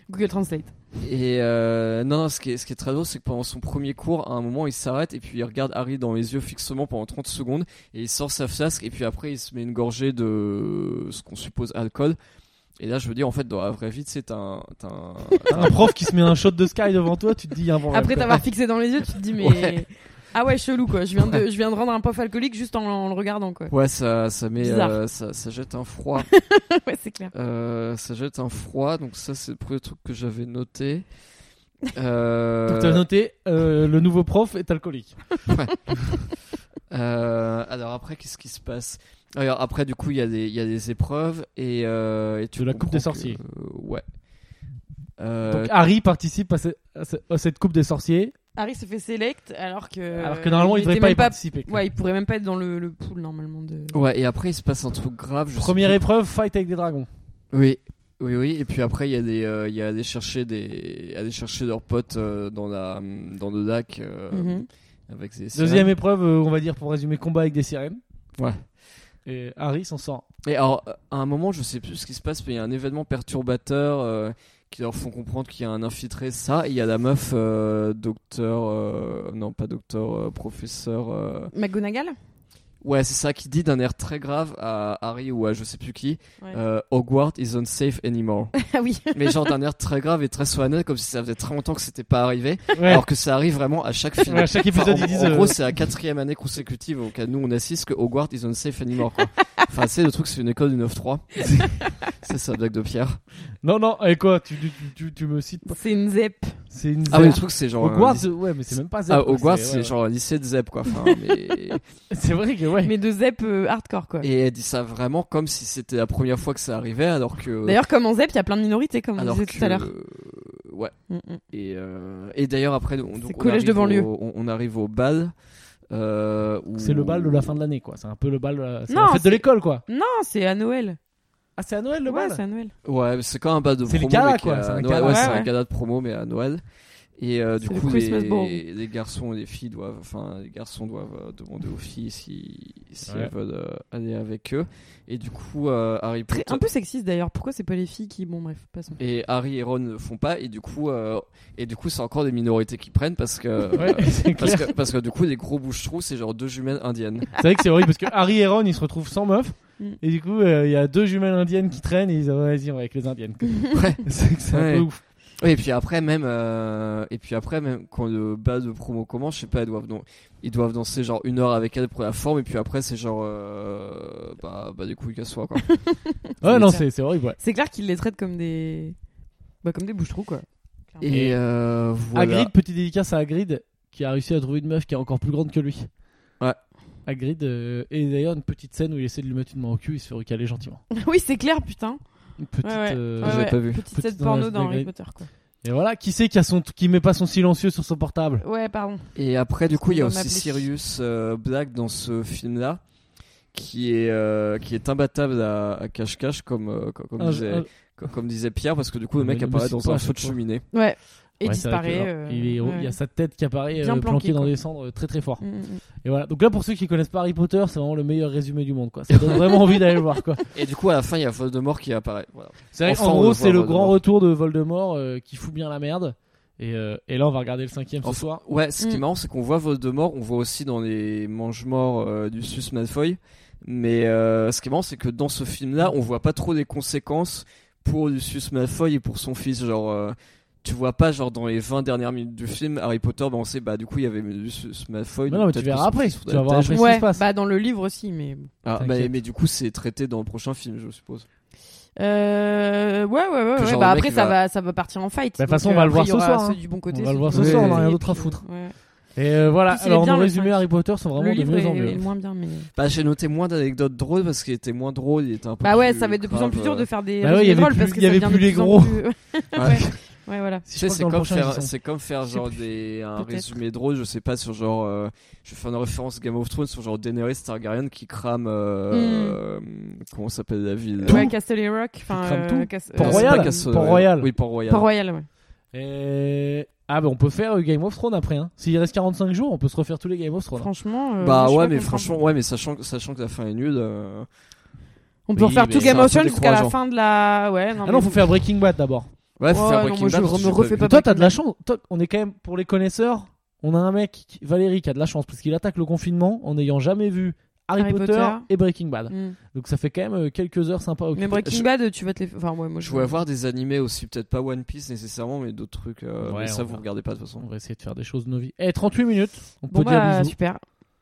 Speaker 2: Google Translate.
Speaker 3: Et euh, non, non, ce qui est, ce qui est très drôle, c'est que pendant son premier cours, à un moment, il s'arrête et puis il regarde Harry dans les yeux fixement pendant 30 secondes et il sort sa flasque et puis après, il se met une gorgée de ce qu'on suppose alcool. Et là, je veux dire, en fait, dans la vraie vie, c'est un. t'as un- t'as un-
Speaker 1: Un prof qui se met un shot de Sky devant toi, tu te dis, il y a un bon
Speaker 2: Après
Speaker 1: rêve, quoi.
Speaker 2: t'avoir fixé dans les yeux, tu te dis mais.
Speaker 3: Ouais.
Speaker 2: Ah ouais, chelou quoi. Je viens, de, je viens de rendre un pof alcoolique juste en, en le regardant [LAUGHS] quoi.
Speaker 3: Ouais, ça, ça met,
Speaker 2: Bizarre.
Speaker 3: euh, ça, ça jette un froid.
Speaker 2: [LAUGHS] ouais, c'est clair.
Speaker 3: Euh, ça jette un froid, donc ça, c'est le premier truc que j'avais noté. Euh,
Speaker 1: Donc, t'as noté, euh, le nouveau prof est alcoolique.
Speaker 3: euh, alors après, qu'est-ce qui se passe Alors après, du coup, il y a des, il y a des épreuves et, euh, et tu
Speaker 1: De la Coupe des
Speaker 3: comprends que-
Speaker 1: sorciers.
Speaker 3: euh, ouais. Euh,
Speaker 1: Donc Harry participe à, ce- à ce- à cette Coupe des sorciers,
Speaker 2: Harry se fait select alors que.
Speaker 1: alors que normalement il,
Speaker 2: Euh, était
Speaker 1: devrait pas y
Speaker 2: même
Speaker 1: participer. quoi.
Speaker 2: Ouais, il pourrait même pas être dans le, le pool normalement de.
Speaker 3: ouais. Et après, il se passe un truc grave. Je sais
Speaker 1: Première
Speaker 3: plus.
Speaker 1: épreuve, fight avec des dragons.
Speaker 3: Oui. Oui, oui, et puis après, il y a des, euh, il y a aller chercher des, aller chercher leurs potes euh, dans la, dans le lac, euh,
Speaker 2: Mhm.
Speaker 3: avec des
Speaker 1: Deuxième épreuve, euh, on va dire pour résumer, combat avec des sirènes.
Speaker 3: Ouais.
Speaker 1: Et Harry s'en sort.
Speaker 3: Et alors, euh, à un moment, je sais plus ce qui se passe, mais il y a un événement perturbateur euh, qui leur font comprendre qu'il y a un infiltré, ça, et il y a la meuf, euh, docteur, euh, non pas docteur, euh, professeur, euh,
Speaker 2: McGonagall
Speaker 3: Ouais, c'est ça qui dit d'un air très grave à Harry ou à je sais plus qui.
Speaker 2: Ouais.
Speaker 3: euh, Hogwarts is unsafe anymore.
Speaker 2: [LAUGHS] Ah oui.
Speaker 3: Mais genre d'un air très grave et très solennel, comme si ça faisait très longtemps que c'était pas arrivé,
Speaker 1: Ouais.
Speaker 3: alors que ça arrive vraiment à chaque film.
Speaker 1: Ouais, à chaque
Speaker 3: Enfin,
Speaker 1: épisode,
Speaker 3: en,
Speaker 1: ils disent.
Speaker 3: en
Speaker 1: euh,
Speaker 3: gros, c'est la quatrième année consécutive auquel nous on assiste que Hogwarts is unsafe anymore.
Speaker 1: [LAUGHS]
Speaker 3: Quoi. enfin, c'est le truc, c'est une école du 9-3. [LAUGHS] c'est ça, blague de Pierre.
Speaker 1: Non, non, et quoi tu, tu, tu, tu me cites pas.
Speaker 2: C'est une ZEP.
Speaker 1: C'est une.
Speaker 3: Ah, mais le truc, c'est genre. un
Speaker 1: Hogwarts,
Speaker 3: lycée-
Speaker 1: ouais, mais c'est même pas Zep,
Speaker 3: Ah,
Speaker 1: quoi,
Speaker 3: Hogwarts,
Speaker 1: ouais,
Speaker 3: c'est
Speaker 1: ouais.
Speaker 3: genre un lycée de Zeb, quoi. Enfin, mais...
Speaker 1: [LAUGHS] C'est vrai que, ouais.
Speaker 2: Mais de ZEP euh, hardcore, quoi.
Speaker 3: Et elle dit ça vraiment comme si c'était la première fois que ça arrivait, alors que.
Speaker 2: D'ailleurs, comme en ZEP, il y a plein de minorités, comme on
Speaker 3: alors
Speaker 2: disait
Speaker 3: que- euh,
Speaker 2: tout à l'heure.
Speaker 3: Ouais.
Speaker 2: Mm, mm.
Speaker 3: Et, euh, et d'ailleurs, après, on, donc, on
Speaker 2: collège de banlieue.
Speaker 3: arrive au- on, on arrive au bal. euh, où-
Speaker 1: C'est le bal de la fin de l'année, quoi. C'est un peu le bal. euh, C'est
Speaker 2: Non,
Speaker 1: la fête de
Speaker 2: c'est-
Speaker 1: l'école, quoi.
Speaker 2: Non, c'est à Noël.
Speaker 1: Ah, c'est à Noël le
Speaker 2: ouais,
Speaker 1: bal
Speaker 2: c'est à Noël.
Speaker 3: Ouais, c'est quand même un bal de
Speaker 1: C'est
Speaker 3: promo.
Speaker 1: les galas,
Speaker 3: mais qui est
Speaker 1: quoi,
Speaker 3: à
Speaker 1: c'est un
Speaker 3: Noël.
Speaker 1: gala.
Speaker 3: Ouais, c'est
Speaker 2: Ouais,
Speaker 3: un
Speaker 2: ouais.
Speaker 3: gala de promo, mais à Noël. Et euh, du
Speaker 2: C'est le
Speaker 3: coup,
Speaker 2: Christmas ball.
Speaker 3: les, les garçons et les filles doivent, enfin, les garçons doivent euh, demander aux filles si, si
Speaker 1: Ouais.
Speaker 3: elles veulent euh, aller avec eux. Et du coup, euh, Harry
Speaker 2: Très-
Speaker 3: Potter.
Speaker 2: un peu sexiste d'ailleurs. Pourquoi c'est pas les filles qui. Bon, bref, passons.
Speaker 3: Et Harry et Ron ne font pas, et du coup, euh, et du coup, c'est encore des minorités qui prennent parce que,
Speaker 1: Ouais, [LAUGHS] c'est
Speaker 3: parce
Speaker 1: clair.
Speaker 3: que, parce que du coup, les gros bouches-trous, c'est genre deux jumelles indiennes.
Speaker 1: C'est vrai que c'est horrible parce que Harry et Ron ils se retrouvent sans meuf.
Speaker 2: Mm.
Speaker 1: Et du coup, euh, il y a deux jumelles indiennes qui traînent et ils disent Ah, vas-y, on va avec les indiennes. [LAUGHS] c'est que c'est un
Speaker 3: Ouais.
Speaker 1: peu ouf.
Speaker 3: Oui, et puis après même, euh, et puis après même quand le bas de promo commence, je sais pas, ils doivent dan- ils doivent danser genre une heure avec elle pour la forme, et puis après c'est genre euh, bah bah du coup qu'elle soit quoi.
Speaker 1: Ouais,
Speaker 3: Et-
Speaker 1: non, c'est c'est horrible, ouais.
Speaker 2: C'est clair qu'ils les traitent comme des. Bah, comme des bouche-trous, quoi.
Speaker 3: Et euh, voilà.
Speaker 1: Hagrid, petite dédicace à Hagrid qui a réussi à trouver une meuf qui est encore plus grande que lui.
Speaker 3: Ouais.
Speaker 1: Hagrid, euh, et d'ailleurs, une petite scène où il essaie de lui mettre une main au cul, il se fait recaler gentiment.
Speaker 2: [LAUGHS] oui, c'est clair, putain.
Speaker 1: Une petite.
Speaker 2: Ouais, ouais.
Speaker 1: euh,
Speaker 2: Ouais,
Speaker 3: j'avais
Speaker 2: ouais.
Speaker 3: pas vu.
Speaker 2: Petite
Speaker 1: Petite
Speaker 2: scène porno
Speaker 1: dans la
Speaker 2: dans Harry
Speaker 1: grille.
Speaker 2: Potter, quoi.
Speaker 1: Et voilà, qui c'est qui, a son qui met pas son silencieux sur son portable
Speaker 2: Ouais, pardon.
Speaker 3: Et après du coup il y a
Speaker 2: On m'a
Speaker 3: aussi
Speaker 2: appelé.
Speaker 3: Sirius euh, Black dans ce film là qui est euh, qui est imbattable à, à cache-cache comme euh, co- comme,
Speaker 1: Un-
Speaker 3: disait
Speaker 1: un-
Speaker 3: co- comme disait Pierre parce que du coup le
Speaker 1: ah. Mais
Speaker 3: mec
Speaker 1: ne me
Speaker 3: apparaît
Speaker 1: cite
Speaker 3: dans
Speaker 1: pas
Speaker 3: un
Speaker 1: à
Speaker 3: feu
Speaker 1: chaque
Speaker 3: de
Speaker 1: fois.
Speaker 3: cheminaît.
Speaker 2: Ouais. Et
Speaker 1: Ouais, c'est vrai que,
Speaker 2: disparaît.
Speaker 1: alors,
Speaker 2: euh,
Speaker 1: il, est-
Speaker 2: ouais.
Speaker 1: il y a sa tête qui apparaît
Speaker 2: Bien
Speaker 1: euh,
Speaker 2: planqué,
Speaker 1: planquée dans
Speaker 2: quoi.
Speaker 1: des cendres euh, très très fort.
Speaker 2: Mm, mm, mm.
Speaker 1: Et voilà. Donc là, pour ceux qui connaissent pas Harry Potter, c'est vraiment le meilleur résumé du monde. Quoi. Ça donne vraiment envie d'aller le voir. Quoi.
Speaker 3: Et du coup à la fin il y a Voldemort qui apparaît. Voilà.
Speaker 1: C'est vrai,
Speaker 3: [LAUGHS] Enfin,
Speaker 1: en
Speaker 3: on
Speaker 1: gros,
Speaker 3: le
Speaker 1: c'est
Speaker 3: voit,
Speaker 1: le
Speaker 3: Voldemort.
Speaker 1: grand retour de Voldemort euh, qui fout bien la merde. Et, euh, et là, on va regarder le cinquième ce
Speaker 3: Enfin,
Speaker 1: soir.
Speaker 3: Ouais, ce qui est
Speaker 2: Mm.
Speaker 3: marrant, c'est qu'on voit Voldemort, on voit aussi dans les mange-morts euh, du Sus Malfoy. Mais euh, ce qui est marrant, c'est que dans ce film-là, on voit pas trop les conséquences pour Lucius Malfoy et pour son fils. Genre, euh, tu vois pas, genre, dans les 20 dernières minutes du film, Harry Potter, bah, on sait, bah, du coup, il y avait Lucius Malfoy.
Speaker 1: Mais
Speaker 3: donc
Speaker 1: non, mais tu
Speaker 3: peut-être
Speaker 1: verras
Speaker 3: que son
Speaker 1: après.
Speaker 3: fils
Speaker 1: Tu vas voir après
Speaker 3: foutait la
Speaker 1: ce
Speaker 3: tâche.
Speaker 1: qui
Speaker 2: Ouais,
Speaker 1: se passe.
Speaker 2: après, bah dans le livre aussi, mais bon.
Speaker 3: Ah,
Speaker 1: T'inquiète.
Speaker 3: mais, mais du coup, c'est traité dans le prochain film, je suppose.
Speaker 2: Euh, ouais, ouais, ouais.
Speaker 3: Que
Speaker 2: ouais.
Speaker 3: genre,
Speaker 2: Bah
Speaker 3: le mec,
Speaker 2: après,
Speaker 3: il
Speaker 2: ça
Speaker 3: va-
Speaker 2: va, ça va partir en fight.
Speaker 1: Bah, de toute
Speaker 2: Donc,
Speaker 1: façon, on va
Speaker 2: euh,
Speaker 1: le voir
Speaker 2: après, il y
Speaker 1: ce
Speaker 2: aura
Speaker 1: soir. hein.
Speaker 2: ceux du bon côté,
Speaker 1: On va le
Speaker 2: ceux
Speaker 1: voir
Speaker 2: du
Speaker 1: ce
Speaker 2: mauvais
Speaker 3: soir, on a
Speaker 2: côté,
Speaker 1: rien
Speaker 2: et
Speaker 1: d'autre à
Speaker 2: puis,
Speaker 1: foutre.
Speaker 2: ouais.
Speaker 1: Et euh, voilà.
Speaker 2: Puis, il est
Speaker 1: Alors,
Speaker 2: bien,
Speaker 1: nos
Speaker 2: le
Speaker 1: résumés
Speaker 2: cinq.
Speaker 1: Harry Potter sont
Speaker 2: Le
Speaker 1: vraiment de
Speaker 2: livre
Speaker 1: mieux en
Speaker 2: est, est
Speaker 1: mieux.
Speaker 2: moins bien, mais.
Speaker 3: Bah, j'ai noté moins d'anecdotes drôles parce qu'il était moins drôle, il était un peu.
Speaker 2: Bah ouais,
Speaker 3: plus
Speaker 2: ça va être de plus en plus dur
Speaker 3: grave,
Speaker 2: de faire des
Speaker 1: Bah ouais,
Speaker 2: résumés
Speaker 1: il y avait
Speaker 2: drôles
Speaker 1: plus-
Speaker 2: parce que
Speaker 1: il y
Speaker 2: ça
Speaker 1: avait
Speaker 2: devient
Speaker 1: plus
Speaker 2: de
Speaker 1: les
Speaker 2: plus en
Speaker 1: gros.
Speaker 2: plus- Ouais,
Speaker 3: euh, ouais.
Speaker 2: ouais. ouais, voilà.
Speaker 1: Si
Speaker 3: Tu
Speaker 1: je crois que
Speaker 3: sais, c'est
Speaker 1: dans le
Speaker 3: comme,
Speaker 1: prochain, ils
Speaker 3: faire,
Speaker 1: sont-
Speaker 3: c'est comme faire
Speaker 2: sais
Speaker 3: genre
Speaker 2: plus.
Speaker 3: des, un
Speaker 2: Peut-être.
Speaker 3: résumé drôle, je sais pas, sur genre. euh, je fais une référence Game of Thrones sur genre Daenerys Targaryen qui crame. euh,
Speaker 2: Hmm.
Speaker 3: Comment s'appelle la ville
Speaker 2: Ouais, Castle Rock, enfin.
Speaker 1: crame tout.
Speaker 2: Cas-
Speaker 1: Port
Speaker 3: Non,
Speaker 2: euh,
Speaker 3: c'est pas
Speaker 1: Royal.
Speaker 3: Castle-
Speaker 1: Port-Royal.
Speaker 3: Oui, Port-Royal.
Speaker 2: Port Royal, ouais.
Speaker 1: Et... Ah, bah, on peut faire euh, Game of Thrones après. Hein. S'il reste 45 jours, on peut se refaire tous les Game of Thrones. hein.
Speaker 2: Franchement. euh,
Speaker 3: bah
Speaker 2: je suis
Speaker 3: ouais,
Speaker 2: pas
Speaker 3: mais
Speaker 2: contre, hein.
Speaker 3: franchement, ouais, mais sachant, que- sachant que la fin est nulle. euh,
Speaker 2: On peut
Speaker 1: Oui,
Speaker 2: refaire
Speaker 1: mais
Speaker 2: tout
Speaker 1: c'est
Speaker 2: Game
Speaker 3: un
Speaker 2: of
Speaker 3: peu
Speaker 2: Thrones jusqu'à la
Speaker 3: décourageant.
Speaker 2: fin de la. Ouais, non.
Speaker 1: Ah non,
Speaker 2: mais-
Speaker 1: faut faire Breaking Bad d'abord.
Speaker 3: Ouais, faut
Speaker 2: Ouais,
Speaker 3: faire
Speaker 2: non,
Speaker 3: Breaking
Speaker 2: moi, je
Speaker 3: Bad,
Speaker 2: me
Speaker 3: parce que j'ai
Speaker 2: refais
Speaker 3: vu.
Speaker 2: pas
Speaker 1: Toi, t'as de la
Speaker 2: Breaking
Speaker 1: chance. Toi, on est quand même, pour les connaisseurs, on a un mec, qui- Valérie, qui a de la chance parce qu'il attaque le confinement en n'ayant jamais vu Harry,
Speaker 2: Harry
Speaker 1: Potter,
Speaker 2: Potter.
Speaker 1: et Breaking Bad.
Speaker 2: Mm.
Speaker 1: Donc ça fait quand même euh, quelques heures sympas.
Speaker 2: Mais
Speaker 1: occupées.
Speaker 2: Breaking
Speaker 3: Je-
Speaker 2: Bad, tu vas te les. Enfin, ouais, moi
Speaker 3: Je voulais voir des animés aussi, peut-être pas One Piece nécessairement, mais d'autres trucs. euh,
Speaker 1: Ouais,
Speaker 3: mais ça,
Speaker 1: on
Speaker 3: vous
Speaker 1: va.
Speaker 3: regardez pas de toute
Speaker 1: On
Speaker 3: façon.
Speaker 1: va essayer de faire des choses de nos vies. Eh, 38 minutes. On
Speaker 2: Bon,
Speaker 1: peut dire
Speaker 2: bah,
Speaker 1: bisous.
Speaker 2: super.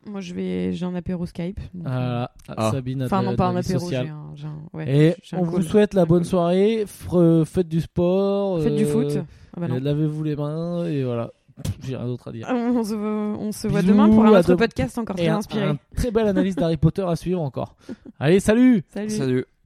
Speaker 2: Moi, je vais. J'ai un apéro Skype. donc, euh,
Speaker 1: Ah,
Speaker 3: Ah.
Speaker 1: Sabine a
Speaker 2: Enfin,
Speaker 1: de-
Speaker 2: non,
Speaker 1: de
Speaker 2: pas
Speaker 1: la
Speaker 2: un
Speaker 1: vie
Speaker 2: apéro, j'ai
Speaker 1: sociale.
Speaker 2: un. j'ai un- ouais,
Speaker 1: Et
Speaker 2: j'ai un
Speaker 1: on vous
Speaker 2: call.
Speaker 1: souhaite la bonne
Speaker 2: call.
Speaker 1: soirée. fre- Faites du sport.
Speaker 2: Faites du
Speaker 1: euh,
Speaker 2: foot. Ah bah non.
Speaker 1: et Lavez-vous les mains. Et voilà. Pff, J'ai rien d'autre à dire.
Speaker 2: [LAUGHS] On se voit, on se voit
Speaker 1: Bisous,
Speaker 2: demain pour un
Speaker 1: à
Speaker 2: autre
Speaker 1: demain.
Speaker 2: podcast encore
Speaker 1: Et
Speaker 2: très
Speaker 1: un-
Speaker 2: inspiré.
Speaker 1: un très belle analyse d'Harry Potter à suivre encore. Allez, salut!
Speaker 2: Salut.
Speaker 3: Salut.